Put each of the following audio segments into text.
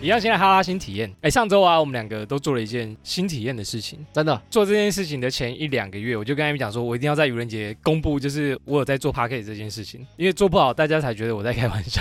一样先来哈拉新体验。哎，上周啊，我们两个都做了一件新体验的事情。真的， 做这件事情的前一两个月，我就跟艾米讲说，我一定要在愚人节公布，就是我有在做 p a c k a g e 这件事情，因为做不好，大家才觉得我在开玩笑；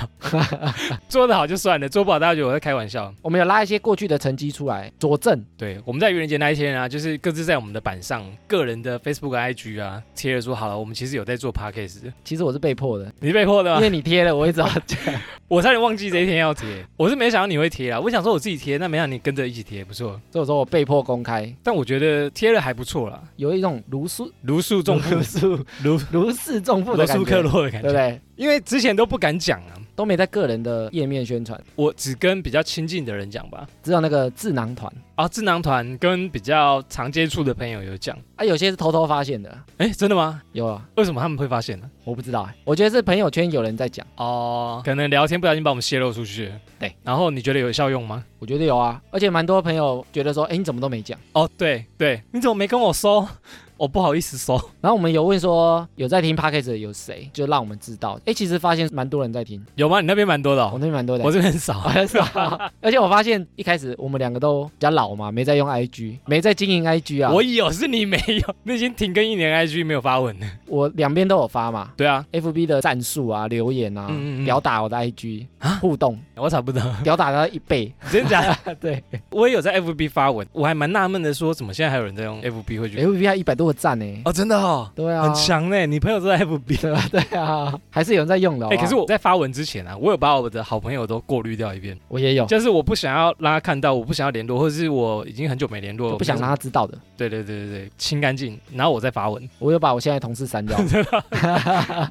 做得好就算了，做不好大家觉得我在开玩笑。我们有拉一些过去的成绩出来佐证，对，我们在愚人节那一天啊，就是各自在我们的板上、个人的 Facebook、IG 啊，贴了说好了，我们其实有在做 p a c k a g e 其实我是被迫的，你是被迫的 因吗？为你贴了，我一直要讲。 我差点忘记这一天要贴，我是没想到你会贴啊，我想说我自己贴，那没想到你跟着一起贴，不错。所以我说我被迫公开，但我觉得贴了还不错啦，有一种如释如释重负 如，释如如释重负罗的感素克觉，对洛的感不觉，对？因为之前都不敢讲啊。都没在个人的页面宣传，我只跟比较亲近的人讲吧。只有那个智囊团啊，智囊团跟比较常接触的朋友有讲。啊，有些是偷偷发现的，哎，真的吗？有啊，为什么他们会发现呢？我不知道、欸，我觉得是朋友圈有人在讲，哦，可能聊天不小心把我们泄露出去。对，然后你觉得有效用吗？我觉得有啊，而且蛮多朋友觉得说，哎、你怎么都没讲？哦，对对，你怎么没跟我收？ 我不好意思收。然后我们有问说，有在听 podcast 的有谁，就让我们知道，哎、其实发现蛮多人在听，有吗？你那边蛮多的、我哦啊那，边蛮多的我。这边很少。很少，哦啊 而且我发现一开始我们两个都比较老嘛，没在用 IG，没在经营 IG 啊。我我有，是你没有。 你已经停更一年，IG 没有发文了。我两边都有发嘛对啊， ，FB 的战术啊、留言啊，嗯嗯嗯屌打我的 IG 啊 互动，我差不多。屌打他一 倍。真的假的？ 对我也有在 FB 发文，我还蛮纳闷的，说怎么现在还有人在用 FB 会觉得？ ，FB 要一百多个赞呢、哦，真的哦，对啊，很。强呢。你朋友都在 FB。对 啊，对啊，还是有人在用的、哦。哎、可是我在发文之前啊，我有把我的好朋友都过滤掉一遍，我也有，就是我不想要让他看到，我不想要联络，或者是我已经很久没联络，就不想拉。让他知道的。对对对对对，清干净，然后我再发文，我有把我现在同事删 掉，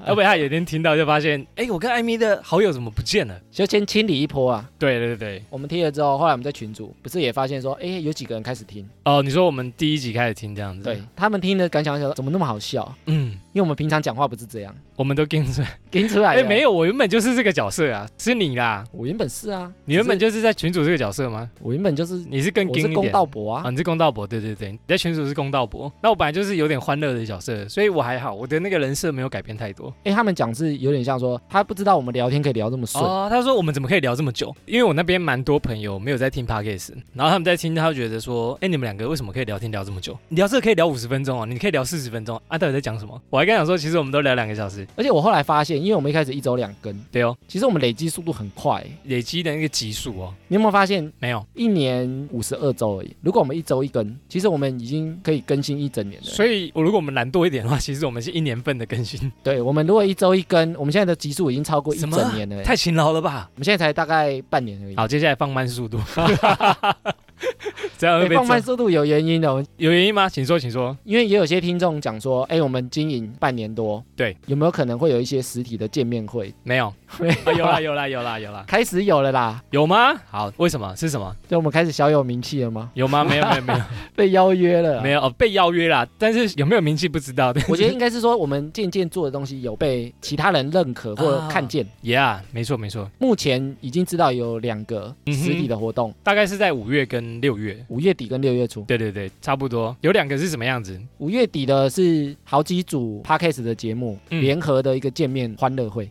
要不然他有一天听到就发现，哎、我跟艾米的好友怎么不见了？就先清理一波啊。对对对，我们贴了之后，后来我们在群组不是也发现说，哎，有几个人开始听，哦，你说我们第一集开始听这样子，对，他们听的感想想说怎么那么好笑，嗯，因为我们平常讲话不是这样，我们都跟着，给出来哎、的。没有，我原本就是这个角色啊，是你啦，我原本是啊，你原本只就是在群主这个角色吗？是我原本就是你是更我跟是一公点。道伯啊，啊，你是公道伯，对对对，你在群主是公道伯。那我本来就是有点欢乐的角色，所以我还好，我的那个人设没有改变太多。哎、他们讲是有点像说他不知道我们聊天可以聊这么顺，哦，他说我们怎么可以聊这么久？因为我那边蛮多朋友没有在听 podcast，然后他们在听，他就觉得说，哎、你们两个为什么可以聊天聊这么久？你聊这个可以聊五十分钟哦，你可以聊四十分钟啊，到底在讲什么？我还跟他讲说，其实我们都聊两个小时，而且我后来发现，因为我们一开始一周两更，对哦，其实我们累积速度很快、累积的那个集数哦，你有没有发现没有，一年五十二周而已？如果我们一周一更，其实我们已经可以更新一整年了。所以我如果我们懒惰一点的话，其实我们是一年份的更新，对，我们如果一周一更，我们现在的集数已经超过一什整么年了、太勤劳了吧？我们现在才大概半年而已。好，接下来放慢速度， 这样会诶被哎放慢揍速度有原因的，我们有原因吗？请说，请说。因为也有些听众讲说，哎、我们经营半年多，对，有没有可能会有一些实体的见面会？没有，没啊有啦有啦有啦有啦，开始有了啦，有吗？好，为什么？是什么？就我们开始小有名气了吗？有吗？没有没有没 有被邀约了，没有、哦、被邀约啦，但是有没有名气不知道。但我觉得应该是说我们渐渐做的东西有被其他人认可啊或看见。 ，Yeah，没错没错，目前已经知道有两个嗯实体的活动，大概是在五月跟六月。五、月底跟六月初。对对对，差不多。有两个是什么样子？五月底的是好几组 podcast 的节目、嗯联合的一个见面欢乐会，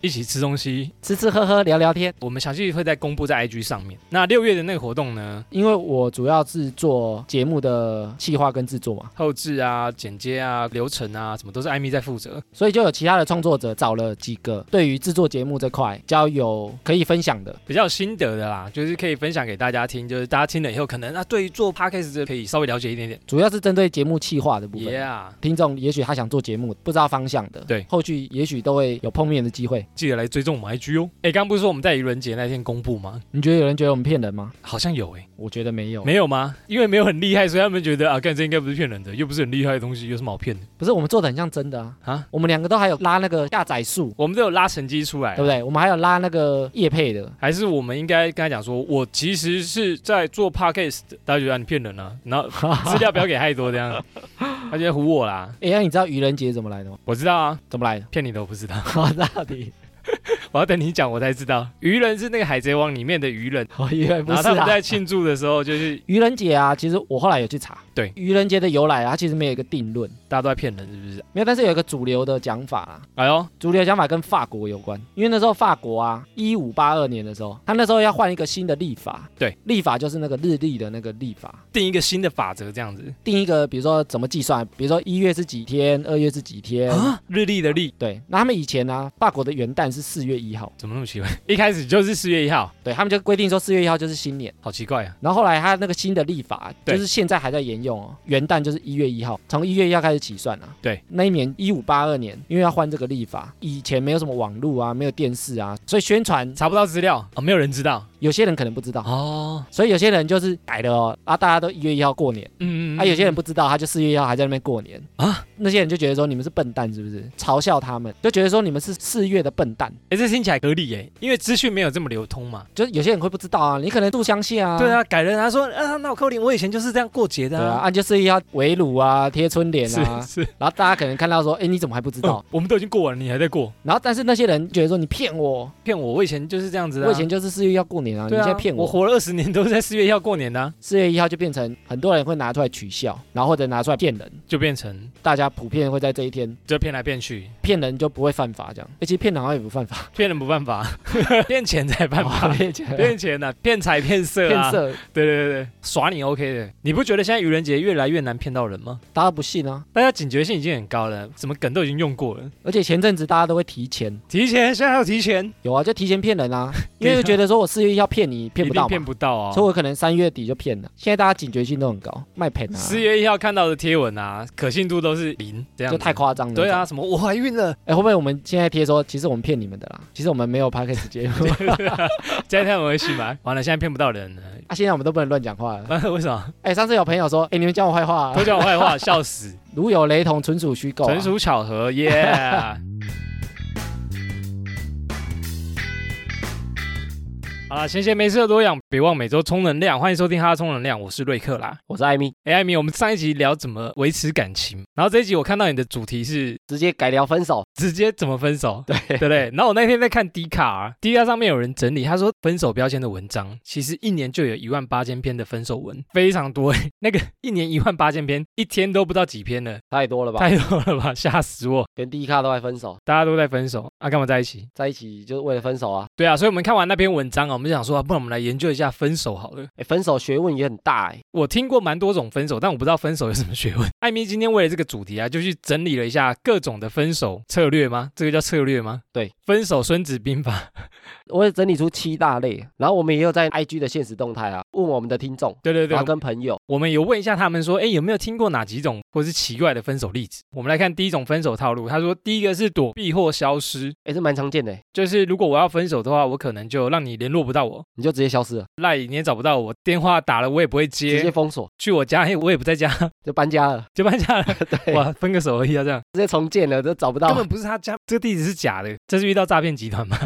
一起吃东西，吃吃喝喝聊聊天。我们详细会在公布在 IG 上面。那六月的那个活动呢，因为我主要是做节目的企划跟制作嘛，后置啊、剪接啊、流程啊，什么都是艾米在负责。所以就有其他的创作者找了几个对于制作节目这块比较有可以分享的，比较有心得的啦，就是可以分享给大家听，就是大家听了以后，可能啊对于做 podcast 这可以稍微了解一点点。主要是针对节目企划的部分。 Yeah，听众也许他想做节目，不知道方向的，对后续也许都会有碰面的机会。记得来追踪我们 IG 哦。哎，刚不是说我们在愚人节那天公布吗？你觉得有人觉得我们骗人吗？好像有哎，我觉得没有，没有吗？因为没有很厉害，所以他们觉得啊，干这应该不是骗人的，又不是很厉害的东西，有什么好骗的不是我们做的很像真的啊，啊？我们两个都还有拉那个下载数，我们都有拉成绩出来啊对不，对？我们还有拉那个业配的，还是我们应该跟他讲说，我其实是在做 podcast，的大家觉得啊你骗人啊，然后 资料不要给太多这样，他觉得唬我啦。哎，那你知道愚人节怎么来的吗？ 我知道啊，怎么来的？骗你的我不知道，好，到底我要等你讲我才知道。愚人是那个《海贼王》里面的愚人，哦，原来不然后是他们啊。在庆祝的时候，就是愚人节啊，其实我后来有去查，对愚人节的由来啊，它其实没有一个定论，大家都在骗人，是不是？没有，但是有一个主流的讲法啊啦、哎呦，主流的讲法跟法国有关，因为那时候法国啊，一五八二年的时候，他那时候要换一个新的历法，对，历法就是那个日历的那个历法，定一个新的法则这样子定一个，比如说怎么计算，比如说一月是几天，二月是几天，啊？日历的历对，那他们以前呢、啊法国的元旦是四月一号，怎么那么奇怪？ 一开始就是四月一号，对他们就规定说四月一号就是新年。好奇怪啊！然后后来他那个新的历法，对就是现在还在沿用哦，元旦就是一月一号，从一月一号开始起算啊。对，那一年一五八二年，因为要换这个历法，以前没有什么网络啊，没有电视啊，所以宣传查不到资料啊、没有人知道有些人可能不知道，哦。所以有些人就是改了哦，啊，大家都一月一号过年，嗯啊，有些人不知道，他就四月一号还在那边过年啊，那些人就觉得说你们是笨蛋是不是？嘲笑他们，就觉得说你们是四月的笨蛋，哎、这听起来合理耶，因为资讯没有这么流通嘛。就是有些人会不知道啊，你可能住乡下啊，对，啊，改人他说啊，那我扣零，我以前就是这样过节对的啊，啊，你就四月一号围炉啊，贴春联是啊，是，然后大家可能看到说，哎，你怎么还不知道 哦？我们都已经过完了，你还在过，然后但是那些人觉得说你骗我，骗我，我以前就是这样子的啊、我以前就是四月要过年啊，你对现啊，在骗我我，活了二十年都是在四月要过年的啊、四月一号就变成很多人会拿出来取笑，然后或者拿出来骗人，就变成大家普遍会在这一天。就骗来骗去，骗人就不会犯法，这样。哎、其实骗人好像也不犯法，骗人不犯法， 骗钱才犯法。骗钱骗钱哦呐、啊，骗财骗色骗啊！色，对对对对，耍你 OK 的。你不觉得现在愚人节越来越难骗到人吗？大家不信啊。大家警觉性已经很高了，什么梗都已经用过了。而且前阵子大家都会提前，提前，现在还有提前，有啊，就提前骗人啊，因 对啊为就觉得说我四月一号骗你，骗一不定到骗嘛，不到啊、所以我可能三月底就骗了。现在大家警觉性都很高，卖骗啊，四月一号看到的贴文啊，可信度都是零，这样就子太夸张了。对，啊，什么我怀 孕了，哎、会不会我们现在贴说，其实我们骗你们的啦，其实我们没有 p a c k a g 节目这样他们会信吗？完了，现在骗不到人了， 啊，现在我们都不能乱讲话了。完了为什么？哎、上次有朋友说，哎、你们讲我坏话、都啊，讲我坏话，笑死，如有雷同，纯属虚构、啊。纯属巧合耶。好啦，闲闲没事的多养，别忘每周充能量。欢迎收听《哈哈充能量》，我是瑞克啦。我是艾米，哎，艾米，我们上一集聊怎么维持感情，然后这一集我看到你的主题是直接改聊分手。直接怎么分手，对对不对？然后我那天在看 D 卡、啊、，D 卡上面有人整理，他说分手标签的文章，其实一年就有一万八千篇的分手文，非常多 欸。那个一年一万八千篇，一天都不知道几篇了，太多了吧？太多了吧，吓死我！连第一咖都爱分手，大家都在分手啊，干嘛在一起？在一起就是为了分手啊！对啊，所以我们看完那篇文章啊，我们就想说、啊，不然我们来研究一下分手好了。哎，分手学问也很大哎。我听过蛮多种分手，但我不知道分手有什么学问。艾米今天为了这个主题啊，就去整理了一下各种的分手策略吗？这个叫策略吗？对，分手《孙子兵法》我也整理出七大类，然后我们也有在 IG 的现实动态啊，问我们的听众，对对对然后，跟朋友，我们有问一下他们说，哎，有没有听过哪几种或是奇怪的分手例子？我们来看第一种分手套路。他说，第一个是躲避或消失，哎，这蛮常见的欸，就是如果我要分手的话，我可能就让你联络不到我，你就直接消失了，赖你也找不到我，电话打了我也不会直接接，封锁，去我家哎我也不在家， 就搬家了，就搬家了。对，哇，分个手而已啊，这样直接重建了，都找不到根，本不是他家，这个地址是假的，这是遇到诈骗集 团吗？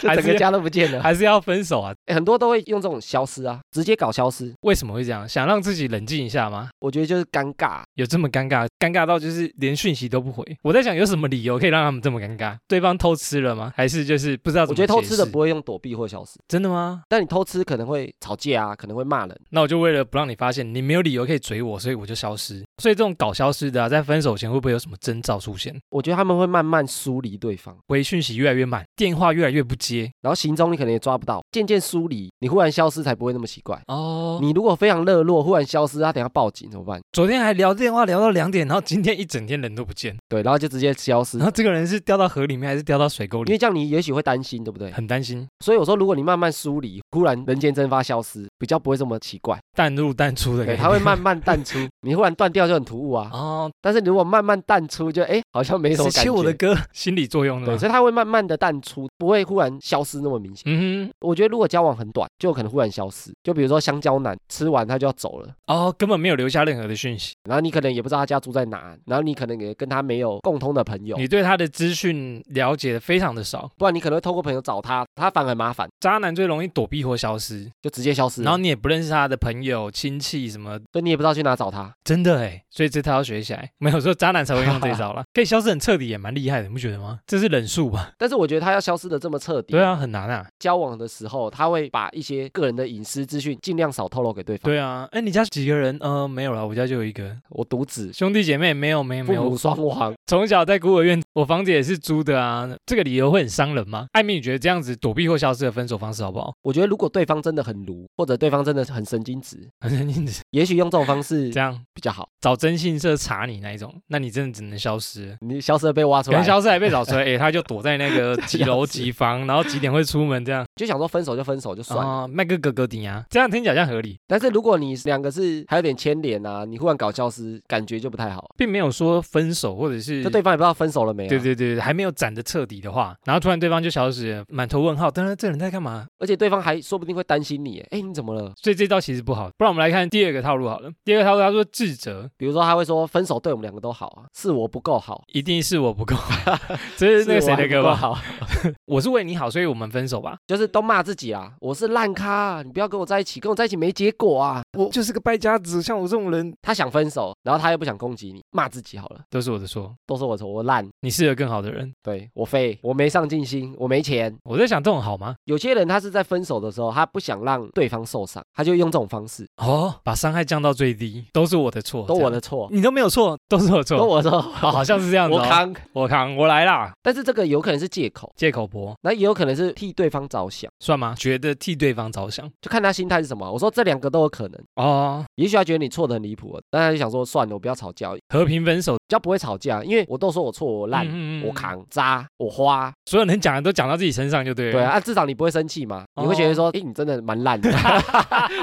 就还整是个家都不见了。还是要分手啊？哎，很多都会用这种消失啊，直接搞消失，为什么会这样？想让自己冷静一下吗？我觉得就是尴尬。啊有这么尴尬，尴尬到就是连讯息都不回。我在想，有什么理由可以让他们这么尴尬？对方偷吃了吗？还是就是不知道我怎么觉解释？得偷吃的不会用躲避或消失，真的吗？但你偷吃可能会吵架啊，可能会骂人。那我就为了不让你发现，你没有理由可以追我，所以我就消失。所以这种搞消失的啊，在分手前会不会有什么征兆出现？我觉得他们会慢慢疏离对方。回讯息越来越慢，电话越来越不接然后行踪你可能也抓不到，渐渐疏离，你忽然消失才不会那么奇怪。哦。你你如果非常热络，忽然消失，他等下报警怎么办？昨天还聊电话聊到两点，然后今天一整天人都不见，对，然后就直接消失然，后这个人是掉到河里面还是掉到水沟因里？为这样你也许会担心，对不对？很担心，所以我说，如果你慢慢疏离，忽然人间蒸发消失，比较不会这么奇怪。淡入淡出的对，感觉。它会慢慢淡 出，你忽然断掉就很突兀啊。哦，但是如果慢慢淡出就，哎好像没什么谁感切我的觉。歌？心理作用的对，吗。所以它会慢慢的淡出，不会忽然消失那么明显。嗯我觉得如果交往很短，就有可能忽然消失。就比如说香蕉男吃完他就要走了，哼，哦，根本没有留下任何的讯息，然后你可能也不知道他家住在哪，然后你可能也跟他没有共通的朋友，你对他的资讯了解的非常的少。不然你可能会透过朋友找他，他反而很麻烦，渣男最容易躲避或消失，就直接消失了，然后你也不认识他的朋友、亲戚什么，所以你也不知道去哪找他。真的哎，所以这套要学起来。没有说渣男 才会用这一招啦，可以消失很彻底，也蛮厉害的，你不觉得吗？这是忍术吧？但是我觉得他要消失的这么彻敌。 对啊，很难啊。交往的时候，他会把一些个人的隐私资讯尽量少透露给对方。对啊，哎，你家几个人？呃，没有了，我家就有一个我独子，兄弟姐妹，没有，没有，没父有母。双 亡，从小在孤儿院，我房子也是租的啊。这个理由会很伤人吗？艾米，你觉得这样子躲避或消失的分手方式好不好？我觉得如果对方真的很鲁，或者对方真的很神经质，反正你只也许用这种方式这样比较好。找征信社查你那一种，那你真的只能消失了。你消失了被挖出可来能，消失还被找出来，哎、他就躲在那个几楼几房，然后几点会出门这样。就想说分手就分手就算了。哦，卖个哥哥顶啊，这样听起来好像合理，但是如果你两个是还有点牵连啊，你忽然搞消失，感觉就不太好。并没有说分手或者是就对方也不知道分手了没、啊。对对对，对还没有斩得彻底的话，然后突然对方就消失了，满头问号。当然，这人在干嘛？而且对方还说不定会担心你，哎，你怎么了？所以这招其实不好。不然我们来看第二个套路好了。第二个套路他说自责，比如说他会说分手对我们两个都好啊，是我不够好，一定是我不够， 这是那个谁的歌吧？我还不够好，我是为你好，所以我们分手吧。就是都骂自己啊，我是烂咖啊，你不要跟我在一起，跟我在一起没结果啊。我就是个败家子，像我这种人他想分手，然后他又不想攻击你，骂自己好了，都是我的错。都是我错，我烂，你适合更好的人。对我废，我没上进心，我没钱。我在想这种好吗？有些人他是在分手的时候，他不想让对方受伤，他就用这种方式，哦，把伤害降到最低，都是我的错，都我这的样，错，你都没有错，都是我的错，都我的错，哦好像是这样子、 我哦。，扛。我扛，我来啦。但是这个有可能是借口，借口婆那也有可能是替对方着想，算吗？觉得替对方着想就看他心态是什么。我说这两个都有可能，哦，也许他觉得你错的很离谱，但他就想说算了，我不要吵架，比和平分手较不会吵架，因为我都说我错，我烂。嗯我，扛渣，我花，所有能讲的都讲到自己身上就对了。对啊，啊至少你不会生气嘛，哦你会觉得说，哎，你真的蛮 烂的，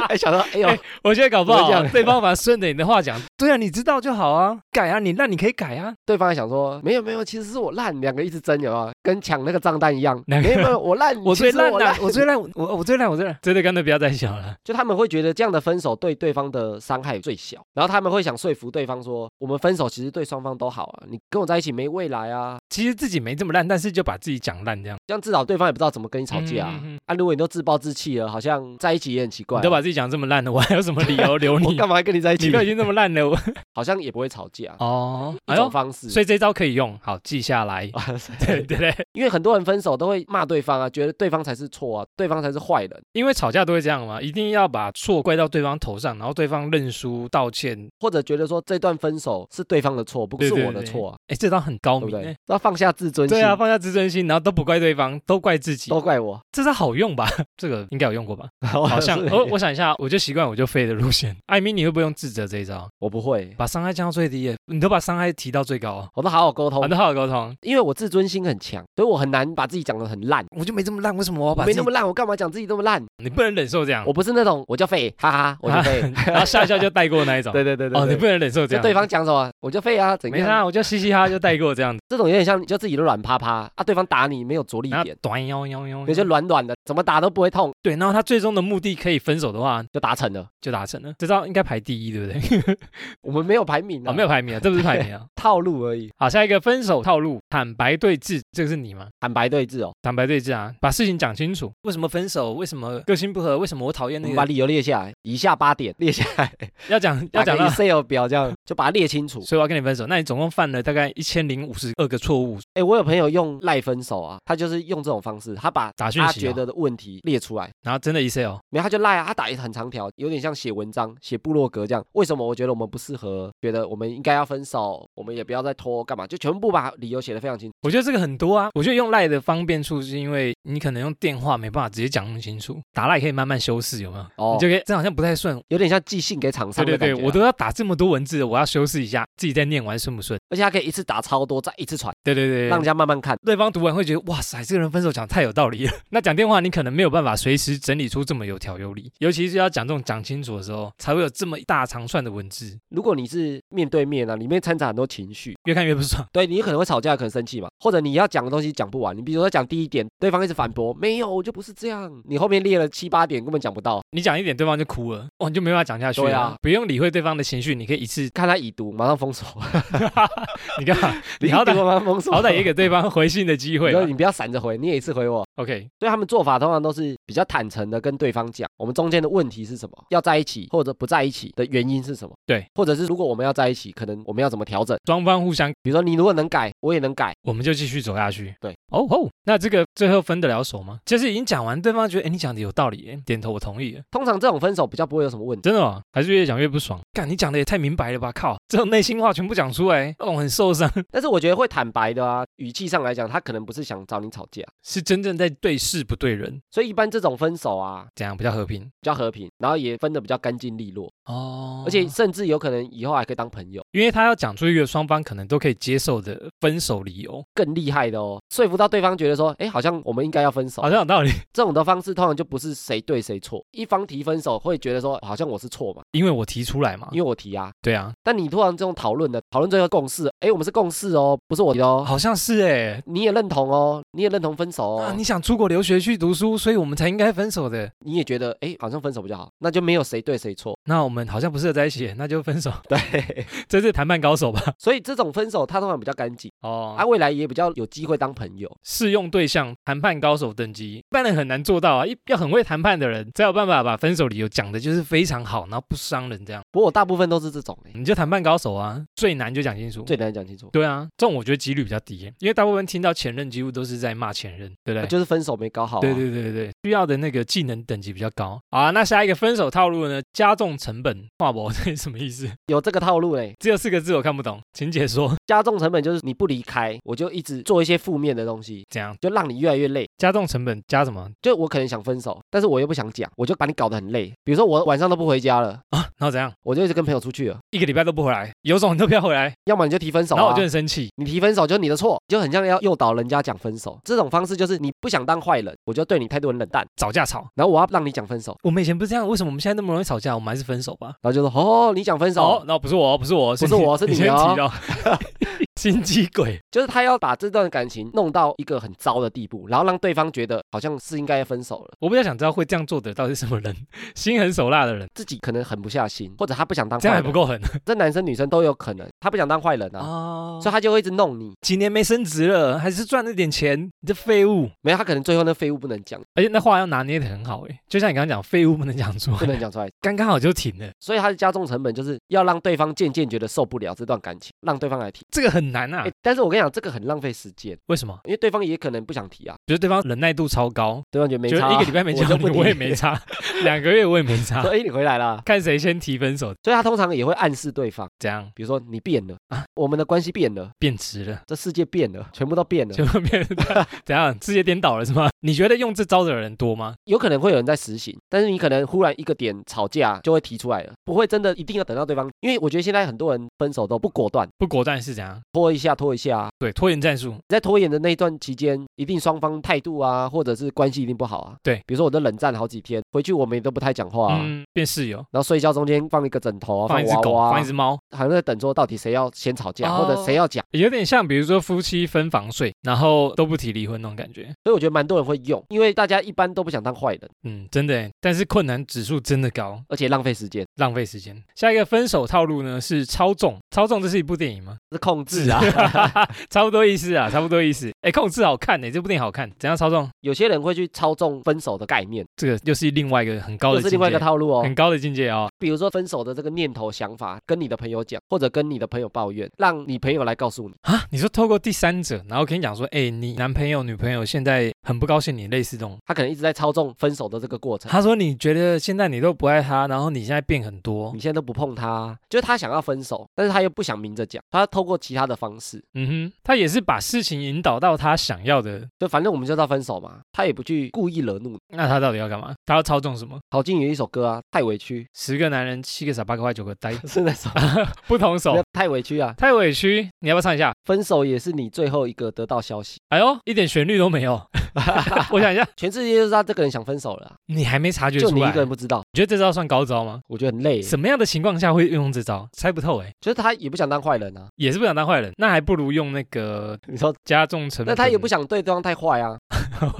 还想说，哎呦哎，我觉得搞不我好这样对方反而顺着你的话讲，对啊，你知道就好啊，改啊，你那你可以改啊，对方还想说，没有没有，其实是我烂，两个一直争，有没有？跟抢那个账单一样，两个没有没有，我烂， 我嗯其最实烂我啊，我最烂，我我最烂，我最烂，真的干脆不要再想了。就他们会觉得这样的分手对对方的伤害最小，然后他们会想说服对方说，我们分手其实对双方都好啊，你跟我在一起没未来啊，其实自己没这么烂，但是就把自己讲烂这样，这样至少对方也不知道怎么跟你吵架啊。嗯嗯嗯啊，如果你都自暴自弃了，好像在一起也很奇怪、啊你都把自己讲这么烂了，我还有什么理由留 我你？干嘛还跟你在 一你起？都已经这么烂了，我。好像也不会吵架 哦，一哎种呦，方式，。所以这招可以用，好记下来啊 对对对， 因为很多人分手都会骂对方啊，觉得对方才是错啊，对方才是坏人，因为吵架都会这样嘛，一定要把错怪到对方头上，然后对方认输道歉。或者觉得说这段分手是对方的错，不对是对我的对错啊，哎，这招很高对不明对哎。？要放下自尊心，对啊，放下自尊心，然后都不怪对方，都怪自己都，怪我，这招好用吧？ 这个应该有用过吧？好好 像哦，我想一下，我就习惯我就废的路线。 艾米，你会不会用自责这一招？我不会，把伤害降到最低耶，你都把伤害提到最高哦，我都好好沟通反，正好好沟通。因为我自尊心很强，所以我很难把自己讲得很烂。我就没这么烂，为什么我要我没那么烂，我干嘛讲自己这么烂？你不能忍受这样我，不是那种我就废，哈哈，我就废。 然后笑一笑就带过那 一种。对对对对哦，你对不能忍受这就样。对方讲什么我就废啊，怎没样？啥，我就嘻嘻哈哈就带过这样， 这种有点像你就自己都软趴趴啊，对方打你没有着力然后点，短腰腰腰，你就软软的，怎么打都不会痛，对，然后他最终的目的可以分手的话，就达成了。就达成了。这招应该排第一，对不对？我们没有排名 啊，啊，没有排名啊，这不是排名啊。套路而已，好，下一个分手套路，坦白对质，这个是你吗？坦白对峙哦。坦白对质啊，把事情讲清楚，为什么分手，为什么个性不合，为什么我讨厌我那们把个，理由列下来，以下八点列下 来，要讲要讲到打个，Excel 表这样就把它列清楚。所以我要跟你分手。那你总共犯了大概一千零五十二个错误，哎，我有朋友用赖分手啊，他就是用这种方式，他把打讯他息觉哦，得的问题列出来，然后真的哦 Excel 没有他就赖啊，他打一很长条，有点像写文章、写部落格这样。为什么我觉得我们不适合？觉得我们应该要分手，我们也不要再拖，干嘛？就全部把理由写得非常清楚。我觉得这个很多啊，我觉得用赖的方便处是因为你可能用电话没办法直接讲那么清楚，打赖可以慢慢修饰，有没有？哦你就可以，这好像不太顺。有点像寄信给厂对商对的感对，觉啊、我都要打这么多文字了，我要修饰一下，自己再念完顺不顺？而且他可以一次打超多，再一次传，对对对，让人对家慢慢看。对方读完会觉得哇塞，这个人分手讲太有道理了。 那讲电话你可能没有办法随时整理出这么有条有理，尤其是要讲这种讲清楚的时候，才会有这么一大长串的文字，如果你是面对面啊，里面掺杂很多情绪，越看越不爽。对你可能会吵架，可能生气嘛，或者你要讲的东西讲不完。你比如说讲第一点，对方一直反驳，没有，我就不是这样。你后面列了七八点，根本讲不到，你讲一点，对方就哭了，哦，你就没办法讲下去对了。啊不用理会对方的情绪，你可以一 次，看他已读，马上封锁，你干嘛？你好已歹读马上封 锁，好歹也给对方回信的机会你吧说。你不要闪着回，你也一次回我。 OK，所以他们做法通常都是比较坦诚的跟对方讲，我们中间的问题是什么，要在一起或者不在一起的原因是什么，对，或者是如果我们要在一起，可能我们要怎么调整？双方互相，比如说你如果能改，我也能改，我们就继续走下去。对，哦吼，那这个最后分得了手吗？就是已经讲完，对方觉得哎、诶你讲的有道理，诶点头我同意了，通常这种分手比较不会有什么问题。真的吗？还是越讲越不爽？干，你讲的也太明白了吧！靠，这种内心话全部讲出来，让我很受伤。但是我觉得会坦白的啊，语气上来讲，他可能不是想找你吵架， 是真正在对事不对人，所以一般这种分手啊怎样比较和平？比较和平，然后也分的比较干净利落，哦而且甚至有可能以后还可以当朋友。因为他要讲出一个双方可能都可以接受的分手理由，更厉害的哦，说服到对方觉得说，哎，好像我们应该要分手好。像有道理。 这种的方式通常就不是谁对谁错，一方提分手会觉得说，好像我是错嘛，因为我提出来嘛因，为我提啊。对啊，但你突然这种讨论的，讨论最后共识，哎，我们是共识哦，不是我提哦，好像是哎、你也认同哦，你也认同分手啊，哦，你想出国留学去读书，所以我们才应该分手的。你也觉得，哎，好像分手比较好，那就没有谁对谁错。那我们好像不适合在一起，那就分 手。对，这是谈判高手吧？所以这种分手他通常比较干净。 哦啊，未来也比较有机会当朋友。适用对象谈判高手等级，一般人很难做到啊，一要很会谈判的人才有办法把分手理由讲的就是非常好，然后不伤人这样，不过我大部分都是这种、欸，你就谈判高手啊，最难就讲清楚。最难讲清楚，对啊，这种我觉得几率比较低耶，因为大部分听到前任几乎都是在骂前任，对不对？就是分手没搞好、啊。对对对对，需要的那个技能等级比较高好啊。那下一个分手套路呢？加重成本，话博 这是什么意思？有这个套路嘞。只有四个字我看不懂，请解说。加重成本就是你不离开，我就一直做一些负面的东西，怎样？就让你越来越累。加重成本加什么就我可能想分手，但是我又不想讲，我就把你搞得很累。比如说我晚上都不回家了，啊？然后怎样？我就一直跟朋友出去了。一个礼拜都不回来，有种你都不要回来。要么你就提分手、然啊，后我就很生气，你提分手就是你的错，就很像要诱导人家讲分手。这种方式就是你不想当坏人，我就对你态度很冷淡，找架吵。然后我要让你讲分手，我们以前不是这样，为什么我们现在那么容易吵架？我们还是分手吧。然后就说哦，你讲分手，哦，那不是我，不是啊我，不是我是你先哦提到， 心机鬼。就是他要把这段感情弄到一个很糟的地步，然后让对方觉得好像是应该要分手了，我比较想知道会这样做的到底是什么人，心狠手辣的人，自己可能狠不下心，或者他不想当这样还坏不人，够狠这男生女生都有可能，他不想当坏人啊，哦所以他就会一直弄你。几年没升职了，还是赚了点钱，你这废物。没有，他可能最后那废物不能讲，哎而且那话要拿捏的很好哎，就像你刚刚讲，废物不能讲出不来，能讲出来， 刚刚好就停了，所以他的加重成本就是要让对方渐渐觉得受不了这段感情，让对方来提。这个很难啊哎。，但是我跟你讲，这个很浪费时间，为什么？因为对方也可能不想提啊，觉得对方忍耐度超高，对方觉得没觉差得啊，一个礼拜没我见就到不你，理我也没，差，两个月我也没 差，所以你回来啦。看谁先提分手，所以他通常也会暗示对方，怎样比如说你变了啊，我们的关系变了，变直了，这世界变了，全部都变了。就变怎样世界颠倒了是吗？你觉得用这招的人多吗？有可能会有人在实行，但是你可能忽然一个点吵架就会提出来了，不会真的一定要等到对方，因为我觉得现在很多人分手都不果断，不果断是怎样？拖一下拖一下啊，对，拖延战术，在拖延的那一段期间，一定双方态度啊，或者是关系一定不好啊。对比如说我都冷战好几天，回去我们也都不太讲话啊。嗯，变室友，然后睡觉中间放一个枕头啊，放一只娃狗，娃啊，放一只猫，好像在等说到底谁要先吵架，哦或者谁要讲，有点像比如说夫妻分房睡，然后都不提离婚那种感觉。所以我觉得蛮多人会用，因为大家一般都不想当坏人，嗯，真的耶，但是困难指数真的高，而且浪费时间，浪费时间。下一个分手套路呢是操纵，操纵这是一部电影吗？是控制啊。 差不多意思啊，差不多意思。哎，控制好看呢，这部电影好看，怎样操纵？有些人会去操纵分手的概念，这个又是另外一个很高这的是境另外一个界，套路哦。很高的境界哦。比如说分手的这个念头、想法，跟你的朋友讲，或者跟你的朋友抱怨，让你朋友来告诉你。啊，你说透过第三者，然后跟你讲说，哎，你男朋友女朋友现在很不高兴你，类似这种。他可能一直在操纵分手的这个过 程。他说你觉得现在你都不爱他，然后你现在变很多你，现在都不碰他，就是他想要分手，但是他又不想明着讲，他透过其他的方式，嗯哼，他也是把事情引导到他想要的。就反正我们就到分手嘛，他也不去故意惹怒你。那他到底要干嘛？他要操纵什么？郝静有一首歌啊，太委屈，十个男人，七个傻，八个坏，九个呆，是那首， 不同手，太委屈啊，太委屈。你要不要唱一下？分手也是你最后一个得到消息，哎呦，一点旋律都没有。 我想一下，全世界就知道这个人想分手 了啊、你还没察觉就出你来？一个人你不知道，觉得这招算高招吗？我觉得很 累，什么样的情况下会运用这招？猜不透哎、就是他也不想当坏人啊，也是不想当坏人，那还不如用那个 你说，加重成本。那他也不想对对方太坏啊，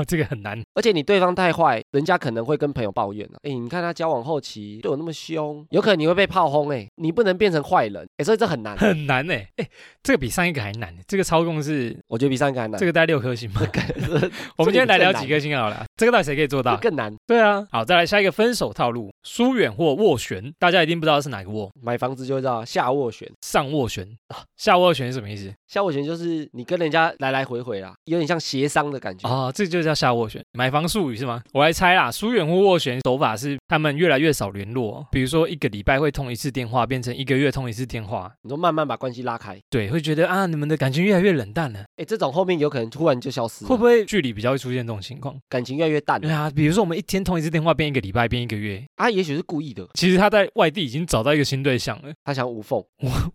这个很难。，而且你对方太坏，人家可能会跟朋友抱怨啊。哎，你看他交往后期对我那么凶，有可能你会被炮轰哎、你不能变成坏人哎、所以这很难很难哎、哎、这个比上一个还难。这个操控是我觉得比上一个还难。这个大概六颗星吧。个 我们今天来聊这个更难几颗星好了，这个到底谁可以做到？更难，对啊，好，再来下一个分手套路，疏远或斡旋，大家一定不知道是哪个斡，买房子就知道下斡旋。上斡旋啊，下斡旋是什么意思下斡旋就是你跟人家来来回回啦，有点像协商的感觉。哦，这就叫下斡旋，买房术语是吗？我来猜啦，疏远或斡旋手法是他们越来越少联络，比如说一个礼拜会通一次电话，变成一个月通一次电话，你说慢慢把关系拉开，对，会觉得啊，你们的感情越来越冷淡了，哎，这种后面有可能突然就消失了，会不会距离比较会出现这种情况？感情越来越淡对啊，比如说我们一天通一次电话，变一个礼拜，变一个月，啊？也许是故意的，其实他在外地已经找到一个新对象了， 他想无缝，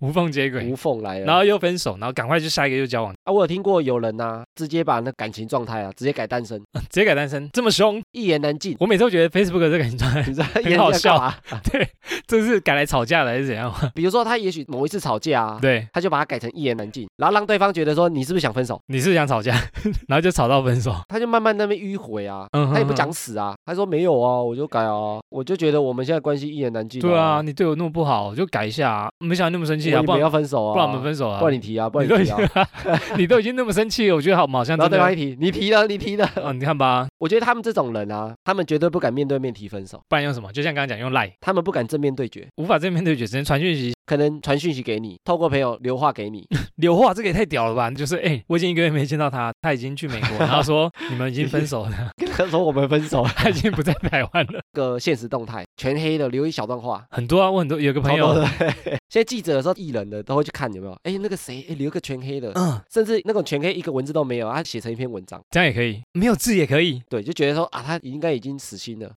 无缝接轨，无缝来然了。后又分手，然后赶快就下一个又交往， 啊，我有听过有人呐、直接把那感情状态啊，直接改单身，直接改单身，这么凶，一言难尽。我每次都觉得 Facebook 这个很状态，你知道很好笑啊？ 这是改来吵架的还是怎样？比如说他也许某一次吵架啊，对，他就把它改成一言难尽，然后让对方觉得说你是不是想分手，你是想吵架， 然后就吵到分手，他就慢慢那边迂回啊。嗯，他也不讲嗯。死啊，他说没有啊，我就改啊，我就觉得我们现在关系一言难尽、嗯对啊，，你对我那么不好，我就改一下啊！没想到那么生气啊，我不们然要分手啊，不然我们分手啊！不然你提啊，不然你都你已提经 啊。你都已经那么生气了，我觉得好，好像然真后对的方一提，你皮了，你皮了。 啊，你看吧，我觉得他们这种人啊，他们绝对不敢面对面提分手，不然用什么？就像刚刚讲，用赖，他们不敢正面对决，无法正面对决，只能传讯息可能传讯息给你，透过朋友留话给你， 留话，这个也太屌了吧！就是哎、我已经一个月没见到他，他已经去美国， 然后说你们已经分手了， 跟他说我们分手。 他已经不在台湾了。个现实动态全黑的，留一小段话。很多啊，我很多有个朋超友，多的， 现在记者有时候艺人的都会去看有没有，哎，那个谁，哎，留个全黑的，嗯，甚至那种全黑一个文字都没有，他啊写成一篇文章，这样也可以，没有字也可以，对，就觉得说啊，他应该已经死心了。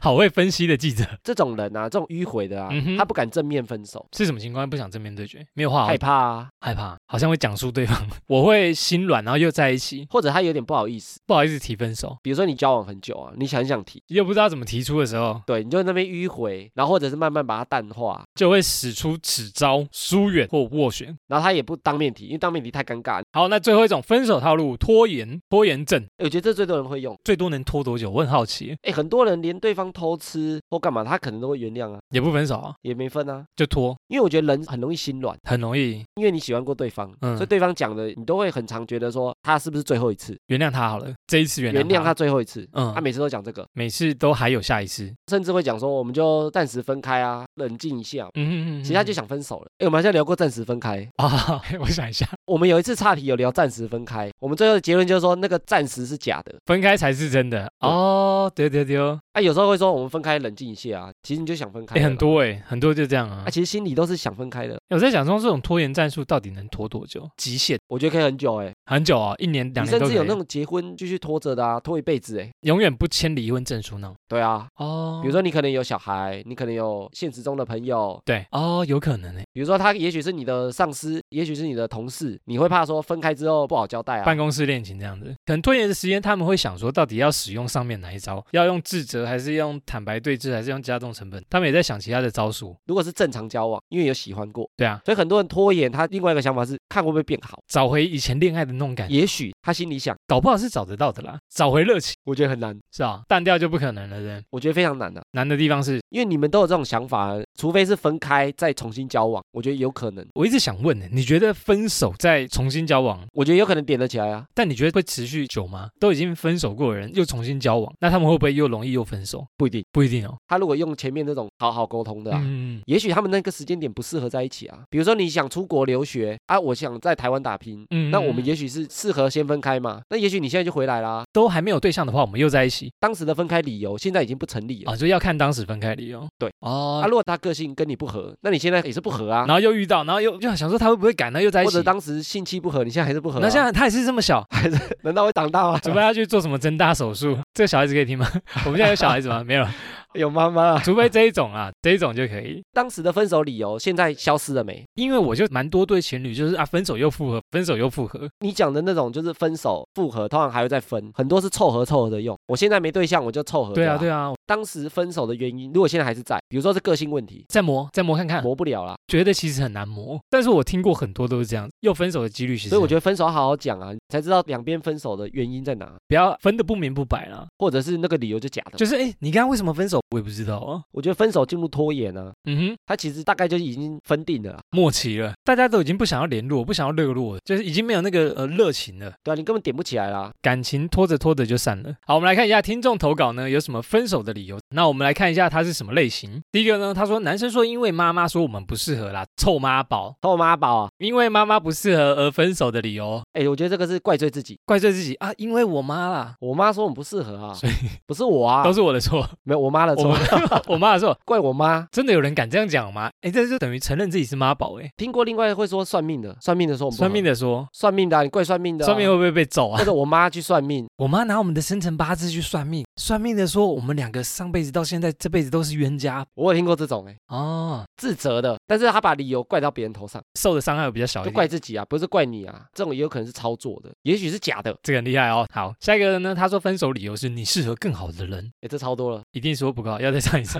好会分析的记者这种人啊，这种迂回的啊嗯哼，他不敢正面分手，是什么情况？不想正面对决，没有话好害怕啊，害怕，好像会讲述对方， 我会心软，然后又在一起，或者他有点不好意思。不好意思提分手，比如说你交往很久啊，你很想提，又不知道怎么提出的时候，对，你就在那边迂回，然后或者是慢慢把它淡化，就会使出此招疏远或斡旋。然后他也不当面提，因为当面提太尴尬。好，那最后一种分手套路，拖延，拖延症哎诶我觉得这最多人会用，最多能拖多久？我很好奇，哎，很多人连对方偷吃或干嘛，他可能都会原谅啊，也不分手啊，也没分啊，就拖，因为我觉得人很容易心软，很容易因为你喜欢过对方，嗯所以对方讲的你都会很常觉得说他是不是最后一次，原谅他好了，这一次原原谅他他，最后一次。嗯他、每次都讲这个，每次都还有下一次，甚至会讲说我们就暂时分开啊，冷静一下。嗯哼哼哼，其实他就想分手了。哎，我们好像聊过暂时分开， 啊，我想一下，我们有一次岔题有聊暂时分开，我们最后的结论就是说那个暂时是假的。分开才是真的对哦，对对对哦，啊，有时候会说我们分开冷静一下啊，其实你就想分开哎，了啦、很多哎，很多就这样啊啊，。其实心里都是想分开的。我在想说，这种拖延战术到底能拖多久？极限我觉得可以很久哎、很久啊，一年两年你甚都至可有那以种结婚继续拖着的啊，拖一辈子哎、永远不签离婚证书那种对啊，哦。比如说你可能有小孩，你可能有现实中的朋友，对哦，有可能哎，比如说他也许是你的上司，也许是你的同事，你会怕说分开之后不好交代啊办。公室恋情这样子，可能拖延的时间，他们会想说，到底要使用上面哪一招？要用自责，还是用坦白对峙，还是用加重成本？他们也在想其他的招数。如果是正常交往，因为有喜欢过，对啊，所以很多人拖延。他另外一个想法是看会不会变好，找回以前恋爱的那种感觉，也许他心里想，搞不好是找得到的啦，找回热情我觉得很难，是啊，淡掉就不可能了，人我觉得非常难的、啊。难的地方是因为你们都有这种想法，啊除非是分开再重新交往，我觉得有可能，我一直想问呢，你觉得分手再重新交往，我觉得有可能点得起来啊。但你觉得会持续久吗？都已经分手过的人又重新交往，那他们会不会又容易又分手？不一定，不一定哦。他如果用前面那种好好沟通的啊。嗯，也许他们那个时间点不适合在一起啊，比如说你想出国留学啊，我想在台湾打拼，嗯那我们也许是适合先分开嘛，那也许你现在就回来啦，都还没有对象的话，我们又在一起当时的分开理由现在已经不成立了。啊，就要看当时分开理由。对哦啊，，如果他个性跟你不合，那你现在也是不合啊然，后又遇到，然后又就想说他会不会改呢？又在一或起者。当时性气不合，你现在还是不合、啊，那现在他也是这么小， 难道会长大吗？除非他去做什么增大手术，这个小孩子可以听吗？我们现在有小孩子吗？没有，有妈妈、除非这一种啊，这一种就可以。当时的分手理由现在消失了没？因为我就蛮多对情侣，就是啊，分手又复合，分手又复合，你讲的那种哦就是分手复合，通常还会再分，很多是凑合凑合的用。我现在没对象，我就凑合、对啊，对啊，当时分手的原因，如果现在还是在，比如说是个性问题，再磨再磨看看，磨不了啦。觉得其实很难磨，但是我听过很多都是这样，又分手的几率其实，所以我觉得分手要好好讲啊，才知道两边分手的原因在哪，不要分的不明不白啦。或者是那个理由就假的。就是哎、诶你刚刚为什么分手？我也不知道啊。我觉得分手进入拖延啊，嗯哼，他其实大概就已经分定了啦，啊默契了，大家都已经不想要联络，不想要热络了，就是已经没有那个呃热情了，对啊，你根本点不起来啦。感情拖着拖着就散了。好，我们来看一下听众投稿呢有什么分手的理由。那我们来看一下他是什么类型。第一个呢，他说男生说因为妈妈说我们不适合啦，臭妈宝，偷妈宝啊，因为妈妈不适合而分手的理由，哎，我觉得这个是怪罪自己。怪罪自己啊，因为我妈啦，我妈说我们不适合 啊所以，不是我啊都，是我的错，没有我妈的我错， 我妈的错。怪我妈。真的有人敢这样讲吗？哎，这就等于承认自己是妈宝哎。听过另外会说算命的，算命的说我们不合算命的说，算命的啊，你怪算命的啊，算命会不会被揍啊或？者我妈去算命， 我妈拿我们的生辰八字去算命，算命的说我们两个上辈子到现在这辈子都是冤家我有听过这种哎、哦，自责的，但是他把理由怪到别人头上，受的伤害会比较小一就点。怪自己啊，不是怪你啊，这种也有可能是操作的，也许是假的，这个很厉害哦。好，下一个呢？他说分手理由是你适合更好的人，哎，这超多了，一定说不够，要再上 一次。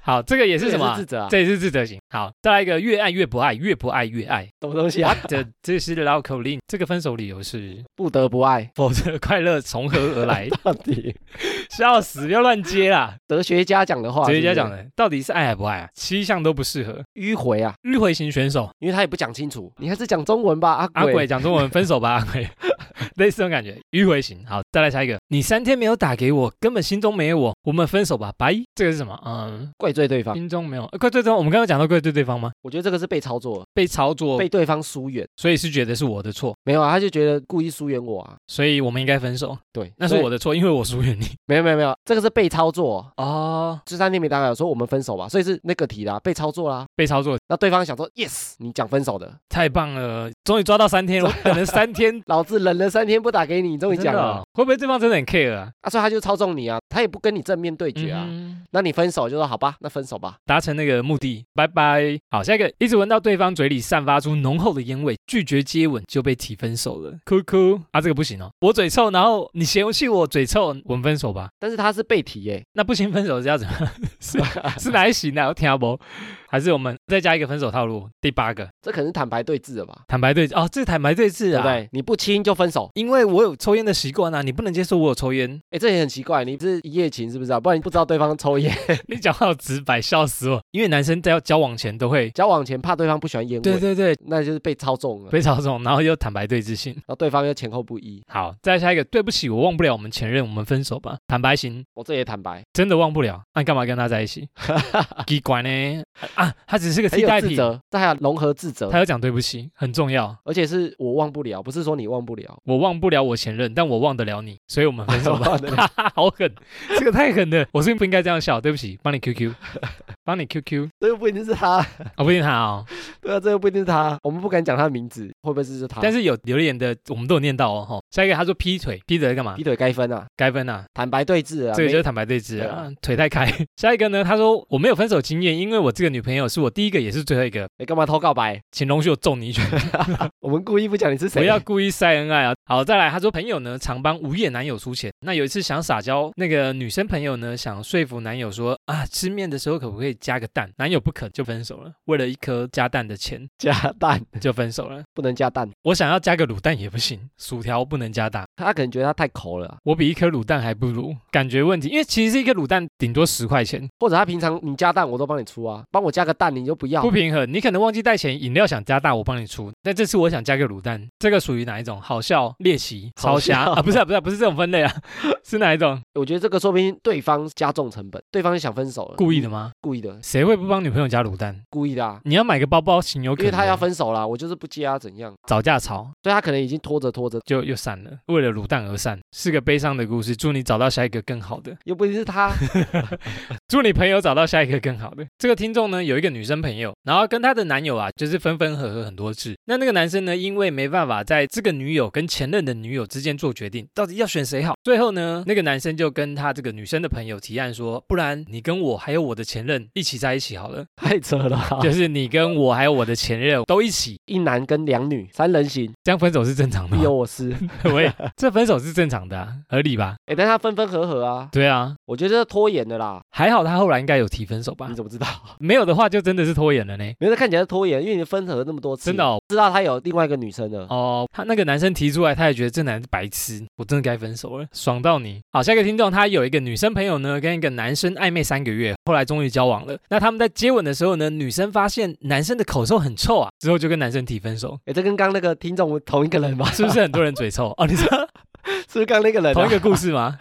好，这个也是什么这也啊是？自责啊，这也是自责型。好，再来一个，越爱越不爱，越不爱越 爱。什么东西啊？这这是绕口令。这个分手理由 是，不得不爱，否则快乐从何而来？ 到底笑死，不要乱接啦。哲学家讲 的话，哲学家讲是的，到底是爱还不爱啊？七项都不适合。不是迂回啊，迂回型选手，因为他也不讲清楚，你还是讲中文吧，阿阿鬼，啊鬼讲中文，分手吧，阿 鬼，类似这种感觉，迂回型。好，再来下一个，你三天没有打给我，根本心中没有我，我们分手吧，拜。这个是什么？嗯，怪罪对方，心中没有，呃怪对对方，我们刚刚讲到怪对对方吗？我觉得这个是被操作，被操作被，对方疏远，所以是觉得是我的错，没有啊，他就觉得故意疏远我啊，所以我们应该分手。对，那是我的，的错，因为我疏远你。没有没有没有，这个是被操作。哦，就三天没打给我说我们分手吧，所以是那个题啦，被操作啦。被操作，那对方想说，yes，你讲分手的，。太棒了，终于抓到三天了，我等了三天老子忍了三天不打给你，你终于讲真的了哦，会不会对方真的很 care 啊？啊，所以他就操纵你啊，他也不跟你正面对决啊。嗯那你分手就说好吧，那分手吧。达成那个目的，拜拜。好，下一个，一直闻到对方嘴里散发出浓厚的烟味，拒绝接吻就被提分手了，哭哭啊，这个不行哦，我嘴臭，然后你嫌弃我嘴臭，我们分手吧。但是他是被提耶、那不行，分手是要怎么 样？是是哪一行啊？我听不懂，还是我们再加一个分手套路？第八个，这可能是坦白对质了吧，坦白对哦，这是坦白对质对啊，不对？你不亲就分手，因为我有抽烟的习惯啊，你不能接受我有抽烟，哎，这也很奇怪，你是一夜情是不是啊？不然你不知道对方抽烟，你讲话好直白，笑死我。因为男生在要交往前都会，交往前怕对方不喜欢烟味，对对对，那就是被操纵了，然非常重，然后又坦白对质性。后对方又前后不一，好，再下一个，对不起，我忘不了我们前任，我们分手吧。坦白型，我这也坦白，真的忘不了，那、你干嘛跟他在一起？奇怪呢，啊，他只是个很替代有自品，责，这还有融合自责他，要讲对不起，很重要。而且是我忘不了，不是说你忘不了，我忘不了我前任，但我忘得了你，所以我们分手吧忘得。 好狠，这个太狠了，我是不是不应该这样笑，对不起，帮你 QQ，帮你 QQ，这又不一定是他，我、不一定他哦，对啊，这又不一定是他，我们不敢讲他的名字，会不会是是他？但是有留言的我们都有念到哦。吼下一个他说劈腿，劈腿干嘛劈？腿该分啊，该分啊，坦白对质啊，这个就没是坦白对质啊对，腿 太开。下一个呢，他说我没有分手经验，因为我这个女朋友是我第一个也是最后一个，你干嘛偷告白？请容许我揍你一拳， 我们故意不讲你是不谁，要故意晒恩爱啊。好，再来，他说朋友呢常帮无业男友出钱，那有一次想撒娇，那个女生朋友呢想说服男友说啊，吃面的时候可不可以加个蛋？男友不肯就分手了，为了一颗加蛋的钱加蛋，就分手了。 不能加蛋。我想要加个卤蛋也不行，薯条不能加大，他可能觉得他太抠了啊、我比一颗卤蛋还不如，感觉问题，因为其实一颗卤蛋顶多十块钱，或者他平常你加蛋我都帮你出啊，帮我加个蛋你就不要不，平衡，你可能忘记带钱，饮料想加大，我帮你出。但这次我想加个卤蛋，这个属于哪一种？好笑、猎奇、超好笑瞎啊？不是、啊、不是、啊、不是这种分类啊，是哪一种？我觉得这个说不定对方加重成本，对方就想分手了，故意的嗯吗？故意的，谁会不帮女朋友加卤蛋？故意的啊，你要买个包包，情有可啊因原。为他要分手啦，我就是不加怎样，找架吵，所以他可能已经拖着拖着，就又散了，为了卤蛋而散，是个悲伤的故事。祝你找到下一个更好的，又不一定是他，祝你朋友找到下一个更好的。这个听众呢，有一个女生朋友，然后跟她的男友啊，就是分分合合很多次。那那个男生呢，因为没办法在这个女友跟前任的女友之间做决定，到底要选谁好，最后呢，那个男生就跟他这个女生的朋友提案说，不然你跟我还有我的前任一起在一起好了，太扯了吧，就是你跟我还有我的前任都一起，啊一男跟两女三人 行，这样分手是正常的必吗。有 我师。我也这分手是正常的、啊，合理吧？哎、但他分分合合啊，对啊，我觉得这拖延的啦。还好他后来应该有提分手吧你？怎么知道？没有的话就真的是拖延了呢。没有，他看起来是拖延，因为你分合那么多次，真的哦，知道他有另外一个女生了。哦，他那个男生提出来，他也觉得这男人是白痴，我真的该分手了，爽到你。好，下一个听众，他有一个女生朋友呢，跟一个男生暧昧三个月，后来终于交往了。那他们在接吻的时候呢，女生发现男生的口臭很臭啊，之后就跟男生提分 手，哎、这跟刚那个听众同一个人吗？是不是很多人嘴 臭？哦，你说是不是刚那个人、啊？同一个故事吗？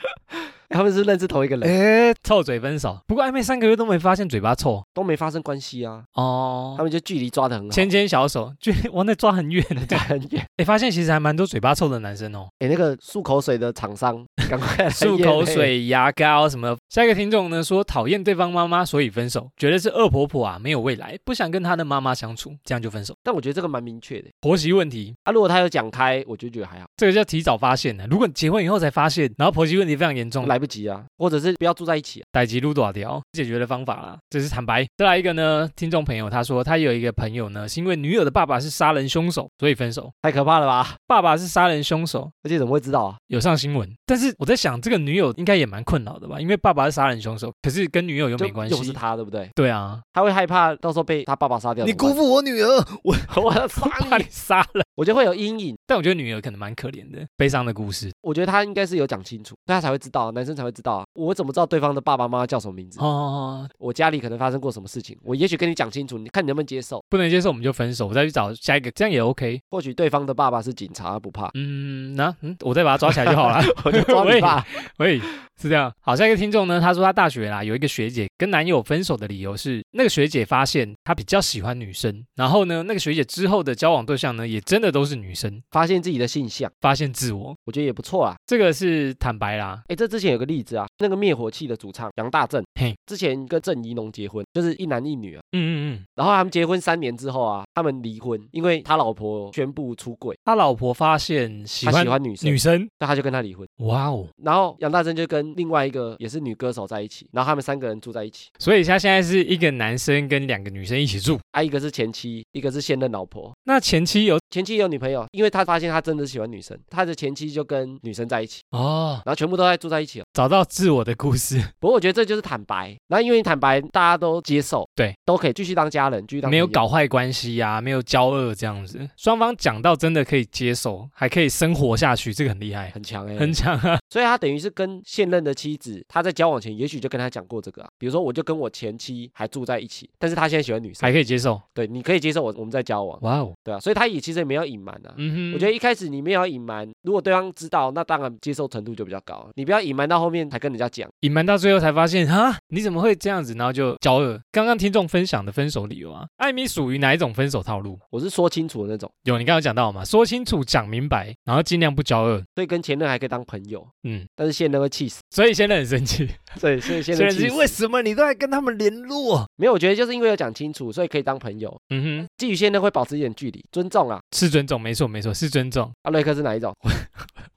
他们是认识同一个人，哎、臭嘴分手。不过暧昧三个月都没发现嘴巴臭都没发生关系啊，他哦，们就距离抓得很好， 牵牵小手，就哇，那抓很远的。对很远。哎、发现其实还蛮多嘴巴臭的男生哦。哎、那个漱口水的 厂商，赶快来哎漱业口配。水、牙膏什么。下一个听众呢说讨厌对方妈妈，所以分手，觉得是恶婆婆啊，没有未来，不想跟她的妈妈相处，这样就分手。但我觉得这个蛮明确的婆媳问题，啊，如果他有讲开，我就觉得还好，这个叫提早发现的。如果你结婚以后才发现，然后婆媳问题非常严重，来不及啊，或者是不要住在一起、啊。逮吉撸多少条解决的方法啦，这是坦白。再来一个呢，听众朋友他说他有一个朋友呢，是因为女友的爸爸是杀人凶手，所以分手。太可怕了吧？爸爸是杀人凶手，而且怎么会知道啊？有上新闻，但是我在想这个女友应该也蛮困扰的吧，因为爸爸是杀人凶手，可是跟女友又就没关又不是系。他，对不对？对啊，他会害怕到时候被他爸爸杀掉。怎么负我女儿， 我办 我要杀把你你，杀了。我就会有阴影。但我觉得女儿可能蛮可怜的，悲伤的故事我觉得他应该是有讲清楚，所以他才会知道，男生才会知道啊。我怎么知道对方的爸爸妈妈叫什么名字？哦，我家里可能发生过什么事情？我也许跟你讲清楚，你看你能不能接受？不能接受我们就分手，我再去找下一个，这样也 OK。，或许对方的爸爸是警察，不怕 嗯，那、嗯，我再把他抓起来就 好了。我就 抓你爸。喂，是这样。好，下一个听众呢，他说他大学啦有一个学姐跟男友分手的理由是，那个学姐发现她比较喜欢女生，然后呢，那个学姐之后的交往对象呢也真的都是女生，发现自己的性向，发现自我，我觉得也不错啊。这个是坦白啦。哎，这之前有个例子啊，那个灭火器的主唱杨大正嘿，之前跟郑怡农结婚，就是一男一女啊。嗯嗯嗯，然后他们结婚三年之后啊，他们离婚，因为他老婆宣布出轨，他老婆发现喜他欢喜欢女生，女生，那他就跟他离婚。哇哦！然后杨大正就跟另外一个也是女歌手在一起，然后他们三个人住在一起，所以他现在是一个男生跟两个女生一起住。啊，一个是前妻，一个是现任老婆。那前妻有前妻有女朋友，因为他发现他真的喜欢女生，他的前妻就跟女生在一起，哦，然后全部都在住在一起了。找到自我的故事，不过我觉得这就是坦白，然后因为你坦白，大家都接受，对，都可以继续当家人，继续当没有朋友搞坏关系呀、没有交恶这样子，双方讲到真的可以接受，还可以生活下去，这个很厉害，很强哎、很强啊。所以他等于是跟现任的妻子，他在交往前也许就跟他讲过这个啊，比如说我就跟我前妻还住在一起，但是他现在喜欢女生，还可以接受，对，你可以接受我我们在交往，哇哦，对啊，所以他也其实也没有隐瞒啊，嗯哼，我觉得一开始你没有隐瞒，如果对方知道，那当然接受程度就比较高。你不要隐瞒到后面才跟人家讲，隐瞒到最后才发现，哈，你怎么会这样子？然后就交恶。刚刚听众分享的分手理由啊，艾米属于哪一种分手套路？我是说清楚的那种。有，你刚刚有讲到嘛，说清楚，讲明白，然后尽量不交恶。所以跟前任还可以当朋友，嗯，但是现任会气死。所以现在很生气， 对，所以现现在任很生气气为死。什么你都还跟他们联络？没有，我觉得就是因为有讲清楚，所以可以当朋友。嗯哼，基于现任会保持一点距离，尊重啊。是尊重，没错没错，是尊重。阿瑞克是哪一种？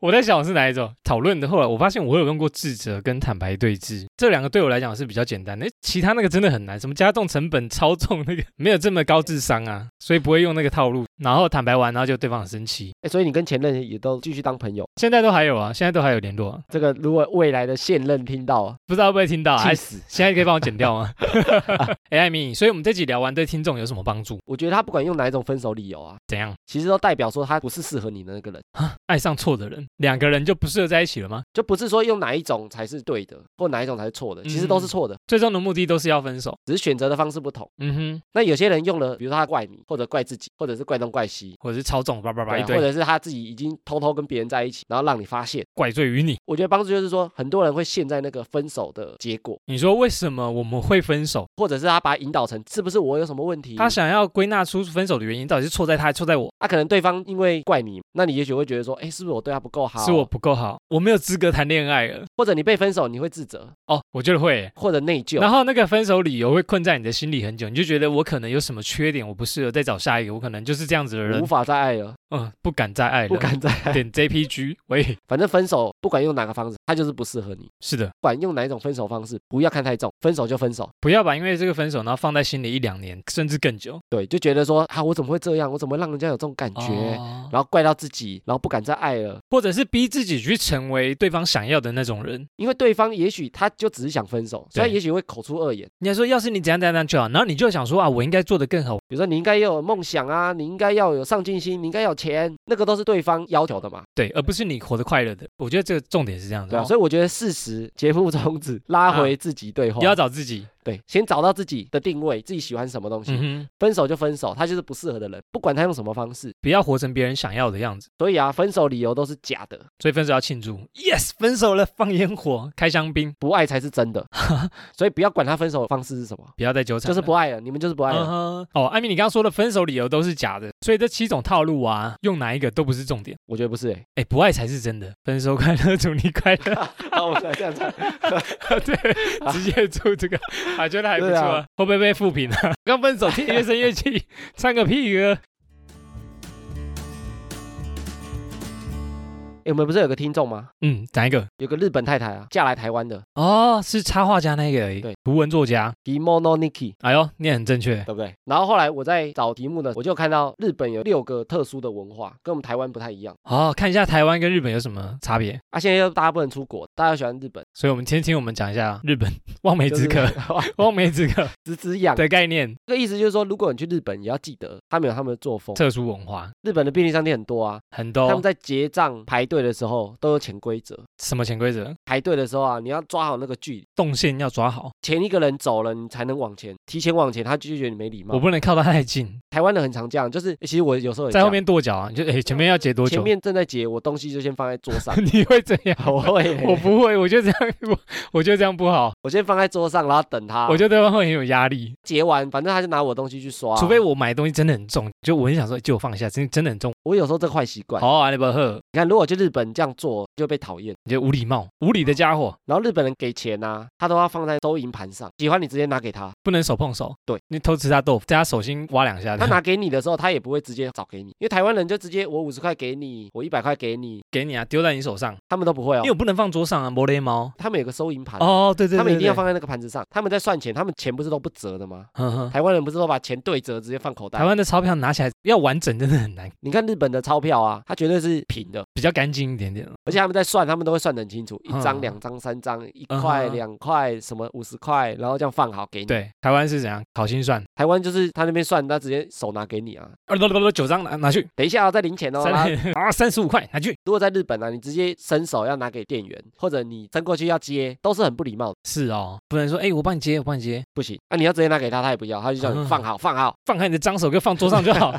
我在想我是哪一种讨论的，后来我发现我有用过智者跟坦白对峙这两个对我来讲是比较简单的，其他那个真的很难，什么加重成本、操纵那个 没有这么高智商啊，所以不会用那个套路。然后坦白完，然后就对方很生气，哎，所以你跟前任也都继续当朋友。现在都还有啊，现在都还有联络啊，这个如果未来的现任听到啊，不知道会不会听到、啊，还气是死。现在可以帮我剪掉吗？ 哎，艾米，所以我们这集聊完对听众有什么帮助？我觉得他不管用哪一种分手理由啊，怎样？啊其实都代表说他不是适合你的那个人，爱上错的人，两个人就不适合在一起了吗？就不是说用哪一种才是对的，或哪一种才是错的，其实都是错的，最终的目的都是要分手。只是选择的方式不同。嗯哼，那有些人用了，比如说他怪你，或者怪自己，或者是怪东怪西，或者是操纵，叭叭叭对一啊或堆，者是他自己已经偷偷跟别人在一起，然后让你发现。怪罪于你。我觉得帮助就是说，很多人会陷在那个分手的结果，你说为什么我们会分手？或者是他把它引导成是不是我有什么问题？他想要归纳出分手的原因，到底是错在他，错在我，他可能对方因为怪你，那你也许会觉得说，哎，是不是我对他不够好？是我，不够好，我没有资格谈恋爱了。或者你被分手，你会自责哦，我觉得会耶。或者内疚。然后那个分手理由会困在你的心里很久，你就觉得我可能有什么缺点，我不适合再找下一个，我可能就是这样子的人无，法再爱了，嗯，不敢再爱了，不敢再爱。点 JPG，喂，反正分手不管用哪个方式，他就是不适合你。是的，不管用哪一种分手方式，不要看太重，分手就分手。不要把因为这个分手然后放在心里一两年，甚至更久。对，就觉得说啊，我怎么会这样？我怎么会让人家有这种感觉？哦然后怪到自己，然后不敢再爱了，或者是逼自己去成为对方想要的那种人。因为对方也许他就只是想分手，所以对他也许会口出恶言，你还说要是你怎样怎样怎样就好，然后你就想说啊，我应该做得更好。比如说你应该要有梦想啊，你应该要有上进心，你应该要有钱，那个都是对方要求的嘛，对，而不是你活得快乐的。我觉得这个重点是这样子、嗯对啊，哦嗯所以我觉得事实节目宗旨拉回自己对话，不要找自己。对，先找到自己的定位，自己喜欢什么东西，嗯哼，分手就分手，他就是不适合的人，不管他用什么方式，不要活成别人想要的样子。所以啊，分手理由都是假的，所以分手要庆祝，yes，分手了，放烟火，开香槟，不爱才是真 的，所以不要管他分手的方式是什么，不要再纠缠就了，是不爱了，你们就是不爱嗯了。哼。哦，艾米，你刚刚说的分手理由都是假的，所以这七种套路啊，用哪一个都不是重点。我觉得不是、欸，哎，不爱才是真的。分手快乐，祝你快乐。 好，我们来这样 唱。对，直接祝这个，啊，觉得还不错、对啊啊，会不会被复评啊？刚分手，听越生越气，唱个屁歌。欸我们不是有个听众吗？嗯，哪一个？有个日本太太啊，嫁来台湾的哦，是插画家那个而已，对，图文作家。 Kimono Niki，哎呦，念很正确。对不对？然后后来我在找题目呢，我就看到日本有六个特殊的文化，跟我们台湾不太一样哦，看一下台湾跟日本有什么差别。啊。现在又大家不能出国，大家喜欢日本，所以，我们先听我们讲一下日本 望梅止渴、 哇 望梅止渴直直痒。的概念，这个意思就是说，如果你去日本，也要记得他们有他们的作风。特殊文化日本的便利商店很多啊，很他们多。在结账排队的时候都有潜规则，什么潜规则？排队的时候啊，你要抓好那个距离。动线要抓好，前一个人走了，你才能往前。提前往前，他就觉得你没礼我貌。不能靠得太近，台湾的很常这样，就是欸其实我有时候也这在样后面跺脚啊！你就哎、前面要截多久？。前面正在结，我东西就先放在桌上 你会这样？我会，我不会，我觉得这样， 我我觉得这样不好，我先放在桌上，然后等他。我觉就得对方会很有压力。结完，反正他就拿我东西去刷。除非我买的东西真的很重，就我很想说，就我放下，真的真的很重。我有时候这个坏习惯，好啊，你不喝，你看如果去日本这样做就被讨厌。你就无礼貌，无礼的家伙，然后日本人给钱啊，他都要放在收银盘上，喜欢你直接拿 给他。不能手碰手。对，你偷吃他豆腐，在他手心挖两下，他拿给你的时候，他也不会直接找给你，因为台湾人就直接我五十块给你，我一百块给你， 给你啊，丢在你手上，他们都不会哦因为。我不能放桌上啊，摸雷猫。他们有个收银盘，哦，对对对，啊他们一定要对。放在那个盘子上。他们在算钱，他们钱不是都不折的吗？呵呵台湾人不是都把钱对折直接放口台袋？湾的钞票拿起来要完整，真的很难，你看日本的钞票啊，它绝对是平的，比较干净一点点。而且他们在算，他们都会算得很清楚，一张、嗯两张、三张，一嗯块、哼两块，什么五十块，然后这样放好给你。对，台湾是怎样？好心算，台湾就是他那边算，他直接手拿给你啊，啊，不不不不，九张拿拿去，等一下、啊、再零钱哦。三然后啊三十五块拿去，如果在日本啊，你直接伸手要拿给店员，或者你伸过去要接，都是很不礼貌的，是哦，不能说哎，我帮你接，我帮你接，不行。啊，你要直接拿给他，他也不要，他就叫你放好放好，放开你的脏手，给我放桌上就 好。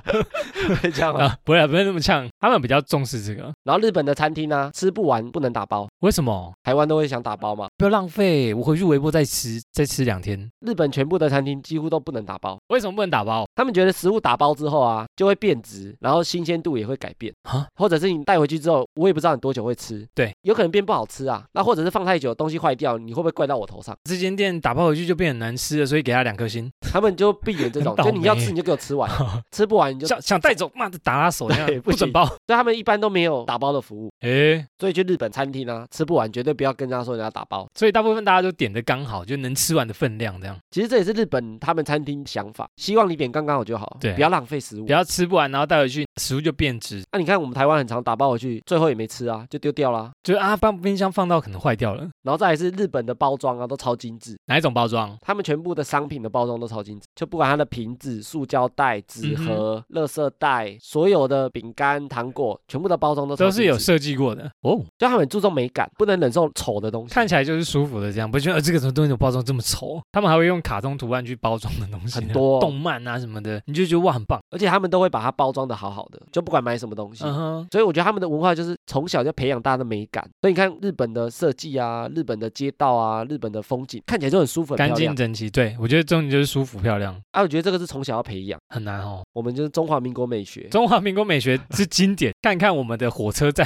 这样啊。啊，不会啊不会那么呛，他们比较重视这个。然后日本的餐厅呢、吃不完不能打包，为什么？台湾都会想打包嘛。不要浪费，我回去微波再吃，再吃两天。日本全部的餐厅几乎都不能打包，为什么不能打包？他们觉得食物打包之后啊，就会变质，然后新鲜度也会改变啊或者是你带回去之后，我也不知道你多久会吃，对，有可能变不好吃啊。那或者是放太久，东西坏掉，你会不会怪到 我头上？这间店打包回去就变很难吃了，所以给他两颗星。他们就避免这种很，倒就霉你要吃你就给我 吃完，吃不完你就，所想想带走，妈的打他手那对样，不不行准包。以他们一般都没有打包的服务。诶，所以去日本餐厅啊，吃不完绝对不要跟人家说人家打包。所以大部分大家都点的刚好，就能吃完的分量这样，其实这也是日本他们餐厅想法，希望你点刚刚好就好，对不要浪费食物啊不。要吃不完，然后带回去食物就变质，那、你看我们台湾很常打包回去，最后也没吃啊，就丢掉啦。就啊放冰箱放到可能坏掉了。然后再来是日本的包装啊，都超精致，哪一种包装？他们全部的商品的包装都超精致，就不管它的瓶子、塑胶袋、嗯纸盒、垃圾袋，所有的饼干、糖果，全部的包装都超都精致是有设计过的哦，就他们很注重美感，不能忍受丑的东西，看起来就是舒服的这样，不觉得、呃、这个什么东西怎么包装这么丑？他们还会用卡通图案去包装的东西，很多哦动漫啊什么的，你就觉得哇很棒。而且他们都会把它包装的好好的，就不管买什么东西。嗯哼，所以我觉得他们的文化就是从小就培养大家的美感，所以你看日本的设计啊，日本的街道啊，日本的风景看起来就很舒服、很干漂净亮。整齐，对我觉得重点就是舒服漂亮，啊，我觉得这个是从小要培养，很难哦。我们就是中华民国美学。 中华民国美学是经典，看看我们的火车站，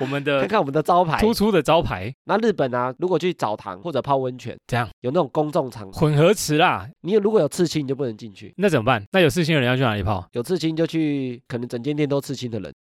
我们看的看我们的招牌。突出的招牌，那日本啊，如果去澡堂或者泡温泉，这样有那种公众场，混合池啦，你如果有刺青，你就不能进去。那怎么办？那有事情的人要去哪里 泡？有刺青就去，可能整间店都刺青的人，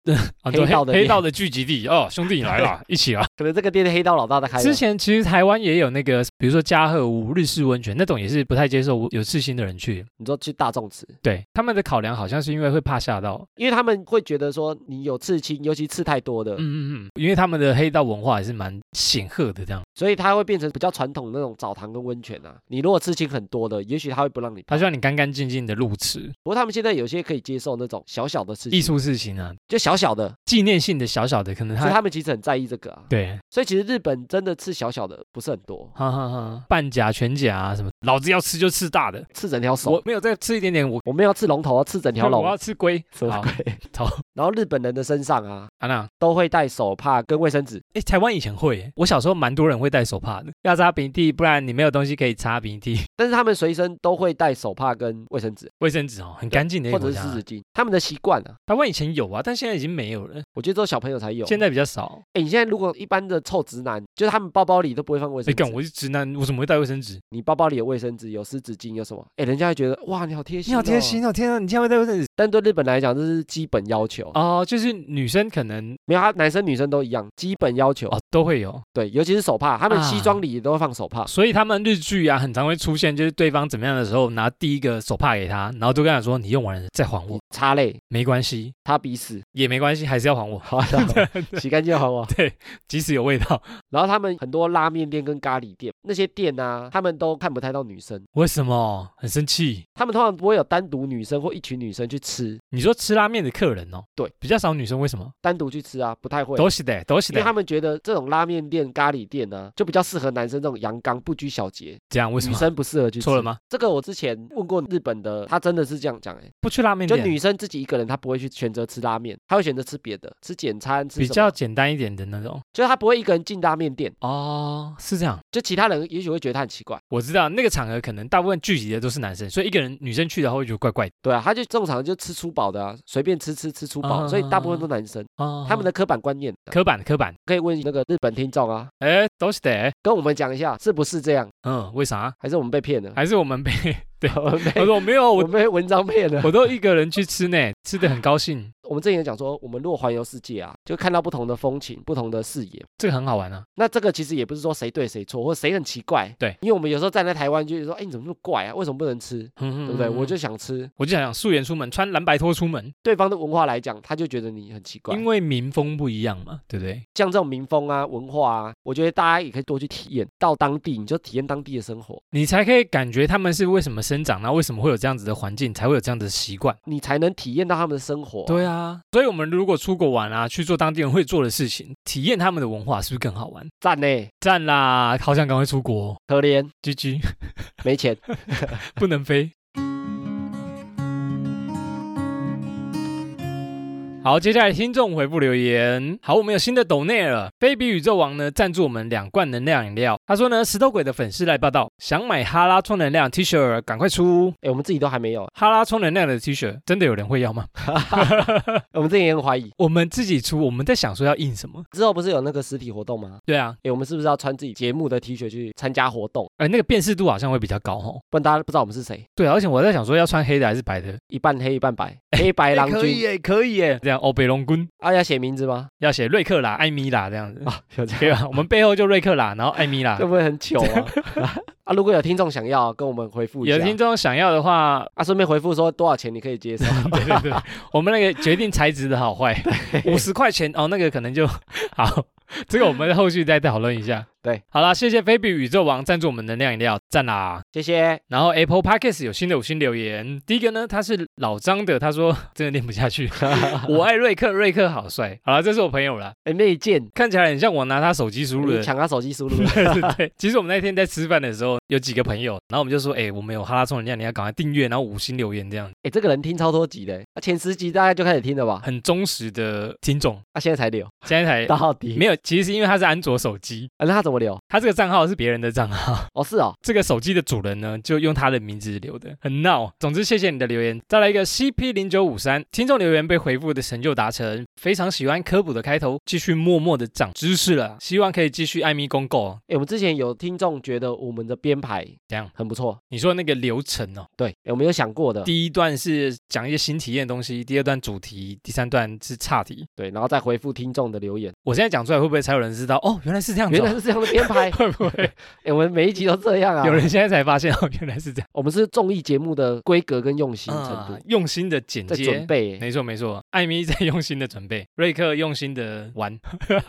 啊，黑对道的黑店道的聚集地哦，兄弟你来 啦，一起啊！可能这个店的黑道老大在开的。之前其实台湾也有那个，比如说嘉禾屋日式温泉那种，也是不太接受有刺青的人去。你说去大众池，对，他们的考量好像是因为会怕吓到，因为他们会觉得说你有刺青，尤其刺太多的，嗯嗯嗯，因为他们的黑道文化也是蛮显赫的这样。所以它会变成比较传统那种澡堂跟温泉啊。你如果刺青很多的，也许他会不让你。他希望你干干净净的入池，不过他们现在有些可以接受那种小小的刺艺青，术事情啊，就小小的，纪念性的小小的，可能所以他他们其实很在意这个啊。对，所以其实日本真的刺小小的不是很多，哈哈哈，半甲、全甲啊什么，老子要吃就吃大的，刺整条手。我我没有再吃一点点，我我们要刺龙头，要啊刺整条龙 我。要吃龟，什么好鬼？ 好，然后日本人的身上啊，安娜。都会带手帕跟卫生纸。哎，台湾以前会耶，我小时候蛮多人会戴手帕的，要擦鼻涕，不然你没有东西可以擦鼻涕。 但是他们随身都会带手帕跟卫生纸，卫生纸哦，很干净的一或个者国是家湿纸巾，他们的习惯啊，台湾以前有啊，但现在已经没有了，啊我觉得只有小朋友才有。现在比较少。哎、你现在如果一般的臭直男，就是他们包包里都不会放卫哎，生纸干，，我是直男，我怎么会带卫生纸？你包包里有卫生纸、有湿纸巾、有什么，哎、人家会觉得哇，你好贴心、你好贴心。哦，天啊，你竟然会带卫生纸但对日本来讲，这是基本要求，哦，就是女生可能没有，他男生女生都一样，基本要求。哦都会有，对，尤其是手帕，他们啊西装里也都会放手帕。所以他们日剧啊，很常会出现，就是对方怎么样的时候，拿第一个手帕给他，然后就跟他说：“你用完了再还我，擦泪、没关系，擦鼻屎，也没关系，还是要还我， 好，然后洗干净还我。即使有味道。然后他们很多拉面店跟咖喱店，那些店啊，他们都看不太到女生，”为什么很生气？他们通常不会有单独女生或一群女生去吃，你说吃拉面的客人哦，对，比较少女生，为什么？单独去吃啊，不太会。都是的，都是因为他的，们觉得这种拉面店、咖喱店呢、就比较适合男生这种阳刚、不拘小节，这样为什女么？生不适合去吃。错了？吗？这个我之前问过日本的，他真的是这样讲、欸，不去拉面就店，女生自己一个人，她不会去选择吃拉面，她会选择吃别的，吃简餐，吃比什么较，简单一点的那种就是她不会一个人进拉面店，哦，是这样。就其他人也许会觉得她很奇怪，我知道那个场合可能大部分聚集的都是男生，所以一个人女生去的话会觉得怪怪的。对啊，她就正常就吃粗饱的啊，随便吃吃吃粗饱，啊所以大部分都男生，哦他们的刻板观念刻板刻板，可以问那个日本听众啊，哎，都是的，跟我们讲一下是不是这样，嗯，为啥？还是我们被骗了？，还是我们被对 我们我被说我没有，我哎我们被文章骗了。我都一个人去吃呢，吃的很高兴，我们之前讲说，我们如果环游世界啊，就看到不同的风情、不同的视野。这个很好玩啊。那这个其实也不是说谁对谁错，或谁很奇怪。对因为我们有时候站在台湾就觉得说，哎，你怎么那么怪啊？为什么不能吃？对对不对？我就想吃。嗯我就想素颜出门，穿蓝白拖出门，对方的文化来讲，他就觉得你很奇怪。因为民风不一样嘛，对不对？像这种民风啊、文化啊，我觉得大家也可以多去体验。到当地你就体验当地的生活，你才可以感觉他们是为什么生长，然后为什么会有这样子的环境，才会有这样子的习惯。你才能体验到他们的生活。，对啊，所以我们如果出国玩啊，去做当地人会做的事情，体验他们的文化，是不是更好玩？赞呢，赞啦！好想赶快出国哦可怜，GG， 没钱。 不能飞。好，接下来听众回复留言。好，我们有新的抖内了。菲比宇宙王呢赞助我们两罐能量饮料。他说呢，石头鬼的粉丝来报道，想买哈拉充能量 T 恤，赶快出哎，我们自己都还没有，哈拉充能量的 T 恤，真的有人会要吗？我们之前也很怀疑。 我们自己出，我们在想说要印什么？之后不是有那个实体活动吗？对啊，哎，我们是不是要穿自己节目的 T 恤去参加活动？哎，那个辨识度好像会比较高哦。不然大家不知道我们是谁。对啊，而且我在想说要穿黑的还是白的？一半黑一半白，黑白郎君。耶，可以耶，哎这样哦，北龙君啊，要写名字吗？要写瑞克啦、艾米啦 这样子，啊，有这可以吧？我们背后就瑞克啦，然后艾米 啦会。不会很糗啊？ 啊，如果有听众想要跟我们回复一下，有听众想要的 话，啊，顺便回复说多少钱你可 以接受。对对对，我们那个决定材质的好 坏，五十块钱哦，那个可能就 好，这个我们后续再讨论一下。对，好啦，谢谢菲比宇宙王赞助我们能量饮料，赞啦！谢谢。然后 Apple Podcast 有新的五星留言，第一个呢，他是老张的，他说 真的念不下 去，我爱瑞克，瑞克好帅。好了，这是我朋友啦，哎，内建，看起来很像我拿他手机输入你的。，抢他手机输入 对对，其实我们那天在吃饭的时候，有几个朋友，然后我们就说，哎、我们有哈拉充能量，你要赶快订阅，然后五星留言，这样哎，这个人听超多集的，啊，前十集大概就开始听了吧？很忠实的听众。啊，现在才六，现在才到底没有，其实是因为他是安卓手机，啊那他怎么么留？他这个账号是别人的账号，哦，是哦，这个手机的主人呢就用他的名字留的，很闹。总之，谢谢你的留言。再来一个 CP 零九五三听众留言被回复的成就达成，非常喜欢科普的开头，继续默默的长知识了，希望可以继续艾米公购。哎，我们之前有听众觉得我们的编排怎样很不错，你说那个流程哦，对，诶我们有想过的，第一段是讲一些新体验的东西，第二段主题，第三段是岔题。对，然后再回复听众的留言，我现在讲出来会不会才有人知道？哦，原来是这样子原来哦、，是这样的编排 会不 会哎，我们每一集都这样啊，有人现在才发现哦，原来是这样？我们是综艺节目的规格跟用心程啊度，用心的剪在接准备。没错没错，艾米在用心的准备，瑞克用心的玩。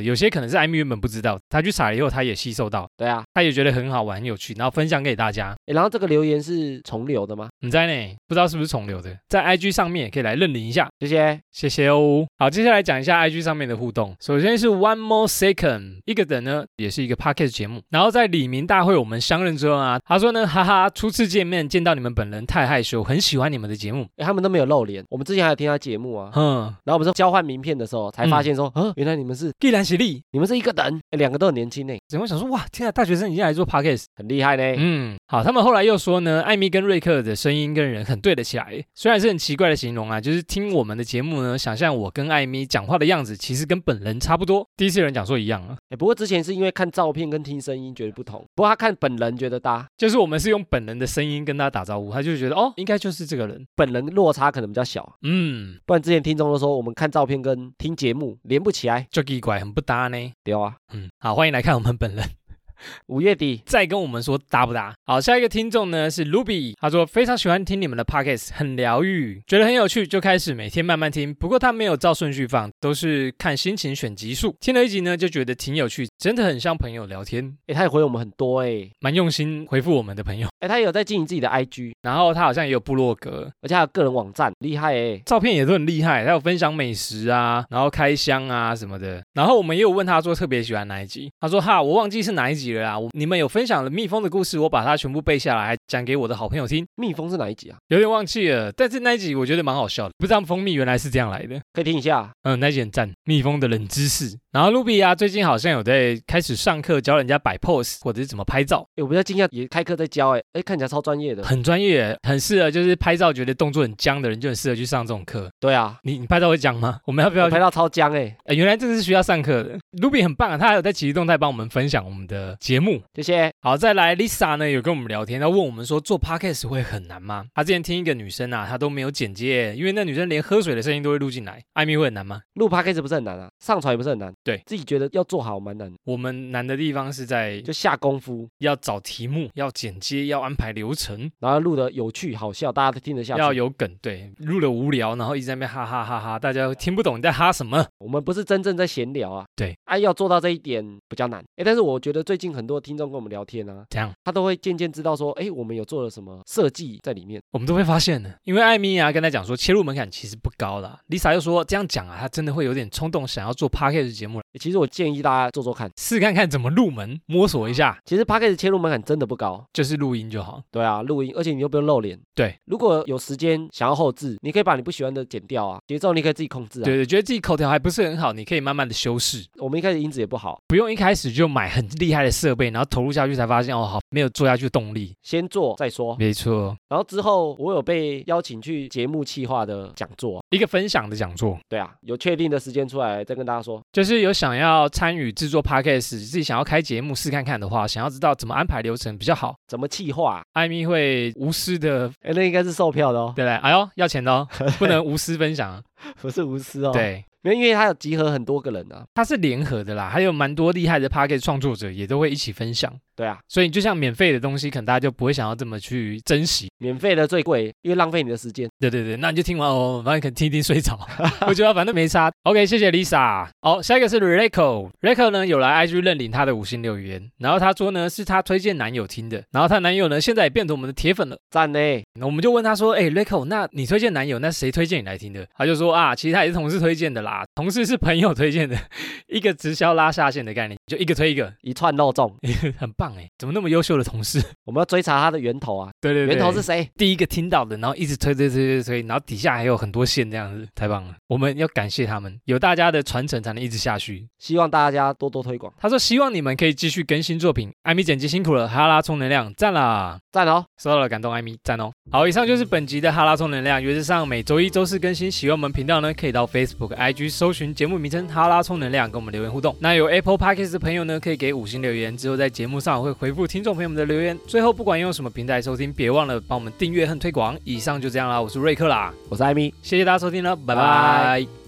有些可能是艾米原本不知道，他去查了以后，他也吸收到，对啊，他也觉得很好玩、很有趣，然后分享给大家。诶然后这个留言是重留的吗？你在呢？不知道是不是重流的，在 IG 上面也可以来认领一下，谢谢。谢谢哦。好，接下来讲一下 IG 上面的互动。首先是 One More Second，一个等呢也是一个 podcast 节目。然后在李明大会我们相认之后啊，他说呢，哈哈，初次见面见到你们本人太害羞，很喜欢你们的节目。诶他们都没有露脸，我们之前还有听他 节目啊，哼，然后我们是交换名片的时候才发现说，嗯，原来你们是既然是力，你们是一个人，诶两个都很年轻呢，怎么想说哇，天啊，大学生已经来做 podcast。很厉害呢。嗯，好，他们后来又说呢，艾米跟瑞克的声音跟人很对得起来，虽然是很奇怪的形容啊，就是听我们的节目呢，想象我跟艾米讲话的样子，其实跟本人差不多。第一次有人讲说一样啊，诶不过之前是因为看照片跟听声音觉得不同，不过他看本人觉得搭，就是我们是用本人的声音跟他打招呼，他就觉得哦，应该就是这个人。本人落差可能比较小。嗯，不然之前听众都说我们看照片跟听节目连不起来，就奇怪，很不搭呢。对啊。嗯，好，欢迎来看我们本人，五月底再跟我们说搭不搭。好，下一个听众呢是 Ruby，他说非常喜欢听你们的 podcast，很疗愈，觉得很有趣，就开始每天慢慢听。不过他没有照顺序放，都是看心情选集数。听了一集呢，就觉得挺有趣，真的很像朋友聊天，诶，欸他也回我们很多诶，蛮用心回复我们的朋友。 诶，他也有在经营自己的 IG，然后他好像也有部落格，而且还有个人网站，厉害欸诶。照片也都很厉害，还有分享美食啊，然后开箱啊什么的。然后我们也有问他说特别喜欢哪一集，他说哈，我忘记是哪一集了啦。我你们有分享了蜜蜂的故事，我把它全部背下来，还讲给我的好朋友听。蜜蜂是哪一集啊？有点忘记了，但是那一集我觉得蛮好笑的，不知道蜂蜜原来是这样来的。可以听一下。嗯，那一集很赞，蜜蜂的冷知识。然后露比啊，最近好像有在开始上课教人家摆 pose 或者是怎么拍照，欸诶，我比较惊讶，也开课在教诶，诶，看起来超专业的。很专业，很适合就是拍照觉得动作很僵的人就很适合去上这种课。对啊，你你拍照会僵吗？我们要不要我拍到超僵欸诶，呃，原来这个是需要上课的。Ruby 很棒啊，他还有在即时动态帮我们分享我们的节目。谢谢。好，再来 Lisa 呢有跟我们聊天，她问我们说做 podcast 会很难吗？她之前听一个女生啊，她都没有剪接，因为那女生连喝水的声音都会录进来。艾米会很难吗？录 podcast 不是很难啊，上传也不是很难，对自己觉得要做好蛮难，我们难的地方是在就下功夫，要找题目、要剪接、要安排流程、然后录的有趣好笑，大家都听得下去。要有梗。对，录了无聊，然后一直在那边哈哈哈哈，大家听不懂你在哈什么。我们不是真正在闲聊啊，对，啊，要做到这一点比较难。哎，但是我觉得最近很多听众跟我们聊天啊，怎样？他都会渐渐知道说，哎，我们有做了什么设计在里面。我们都会发现的，因为艾米啊跟他讲说切入门槛其实不高啦。Lisa 又说这样讲啊，她真的会有点冲动，想要做 podcast 节目，诶其实我建议大家做做看，试看看怎么入门，摸索一下，其实 podcast 切入门槛真的不高，就是录音就好。对啊，录音，而且你又不用露脸。对，如果有时间想要后置，你可以把你不喜欢的剪掉啊，节奏你可以自己控制啊。对对，觉得自己口条还不是很好，你可以慢慢的修饰，我们一开始音质也不好，不用一开始就买很厉害的设备，然后投入下去才发现哦，好没有做下去的动力。先做再说。没错，然后之后我有被邀请去节目企划的讲座，一个分享的讲座，对啊，有确定的时间出来再跟大家说。就是有想要参与制作 podcast，自己想要开节目试看看的话，想要知道怎么安排流程比较好，怎么企划、啊？艾米会无私的，哎，那应该是售票的哦，对不对？哎呦，要钱的哦，不能无私分享啊。不是无私哦。，对，没有，因为他有集合很多个人啊。它是联合的啦，还有蛮多厉害的 p a c k a g e 创作者也都会一起分享，对啊，所以就像免费的东西，可能大家就不会想要这么去珍惜。免费的最贵，因为浪费你的时间。对对对，那你就听完哦，反正可能听一听睡着， 我觉得反正没差。OK，谢谢 Lisa。好，下一个是 Rico，Rico 呢有来 IG 认领他的五星留言，然后他说呢是他推荐男友听的，然后她男友呢现在也变成我们的铁粉了。赞呢，那我们就问他说：“哎、r i c o 那你推荐男友，那谁推荐你来听的？”他 就说：“啊，其实他也是同事推荐的啦，同事是朋友推荐的，一个直销拉下线的概念，就一个推一个， 一串肉粽， 很棒哎，怎么那么优秀的同事？我们要追查它的源头啊，对对对，源头是谁？第一个听到的，然后一直推推推推推，然后底下还有很多线，这样子太棒了。我们要感谢他们，有大家的传承才能一直下去。希望大家多多推广，他说希望你们可以继续更新作品，艾米剪辑辛苦了，哈拉充能量，赞啦！赞哦，收到了，感动艾米，赞哦。好，以上就是本集的哈拉充能量，原则上每周一、周四更新。喜欢我们频道呢，可以到 Facebook、IG 搜寻节目名称“哈拉充能量”，跟我们留言互动。那有 Apple Podcast 的朋友呢，可以给五星留言，之后在节目上我会回复听众朋友们的留言。最后，不管用什么平台收听，别忘了帮我们订阅和推广。以上就这样啦，我是瑞克啦，我是艾米。谢谢大家收听了，拜拜拜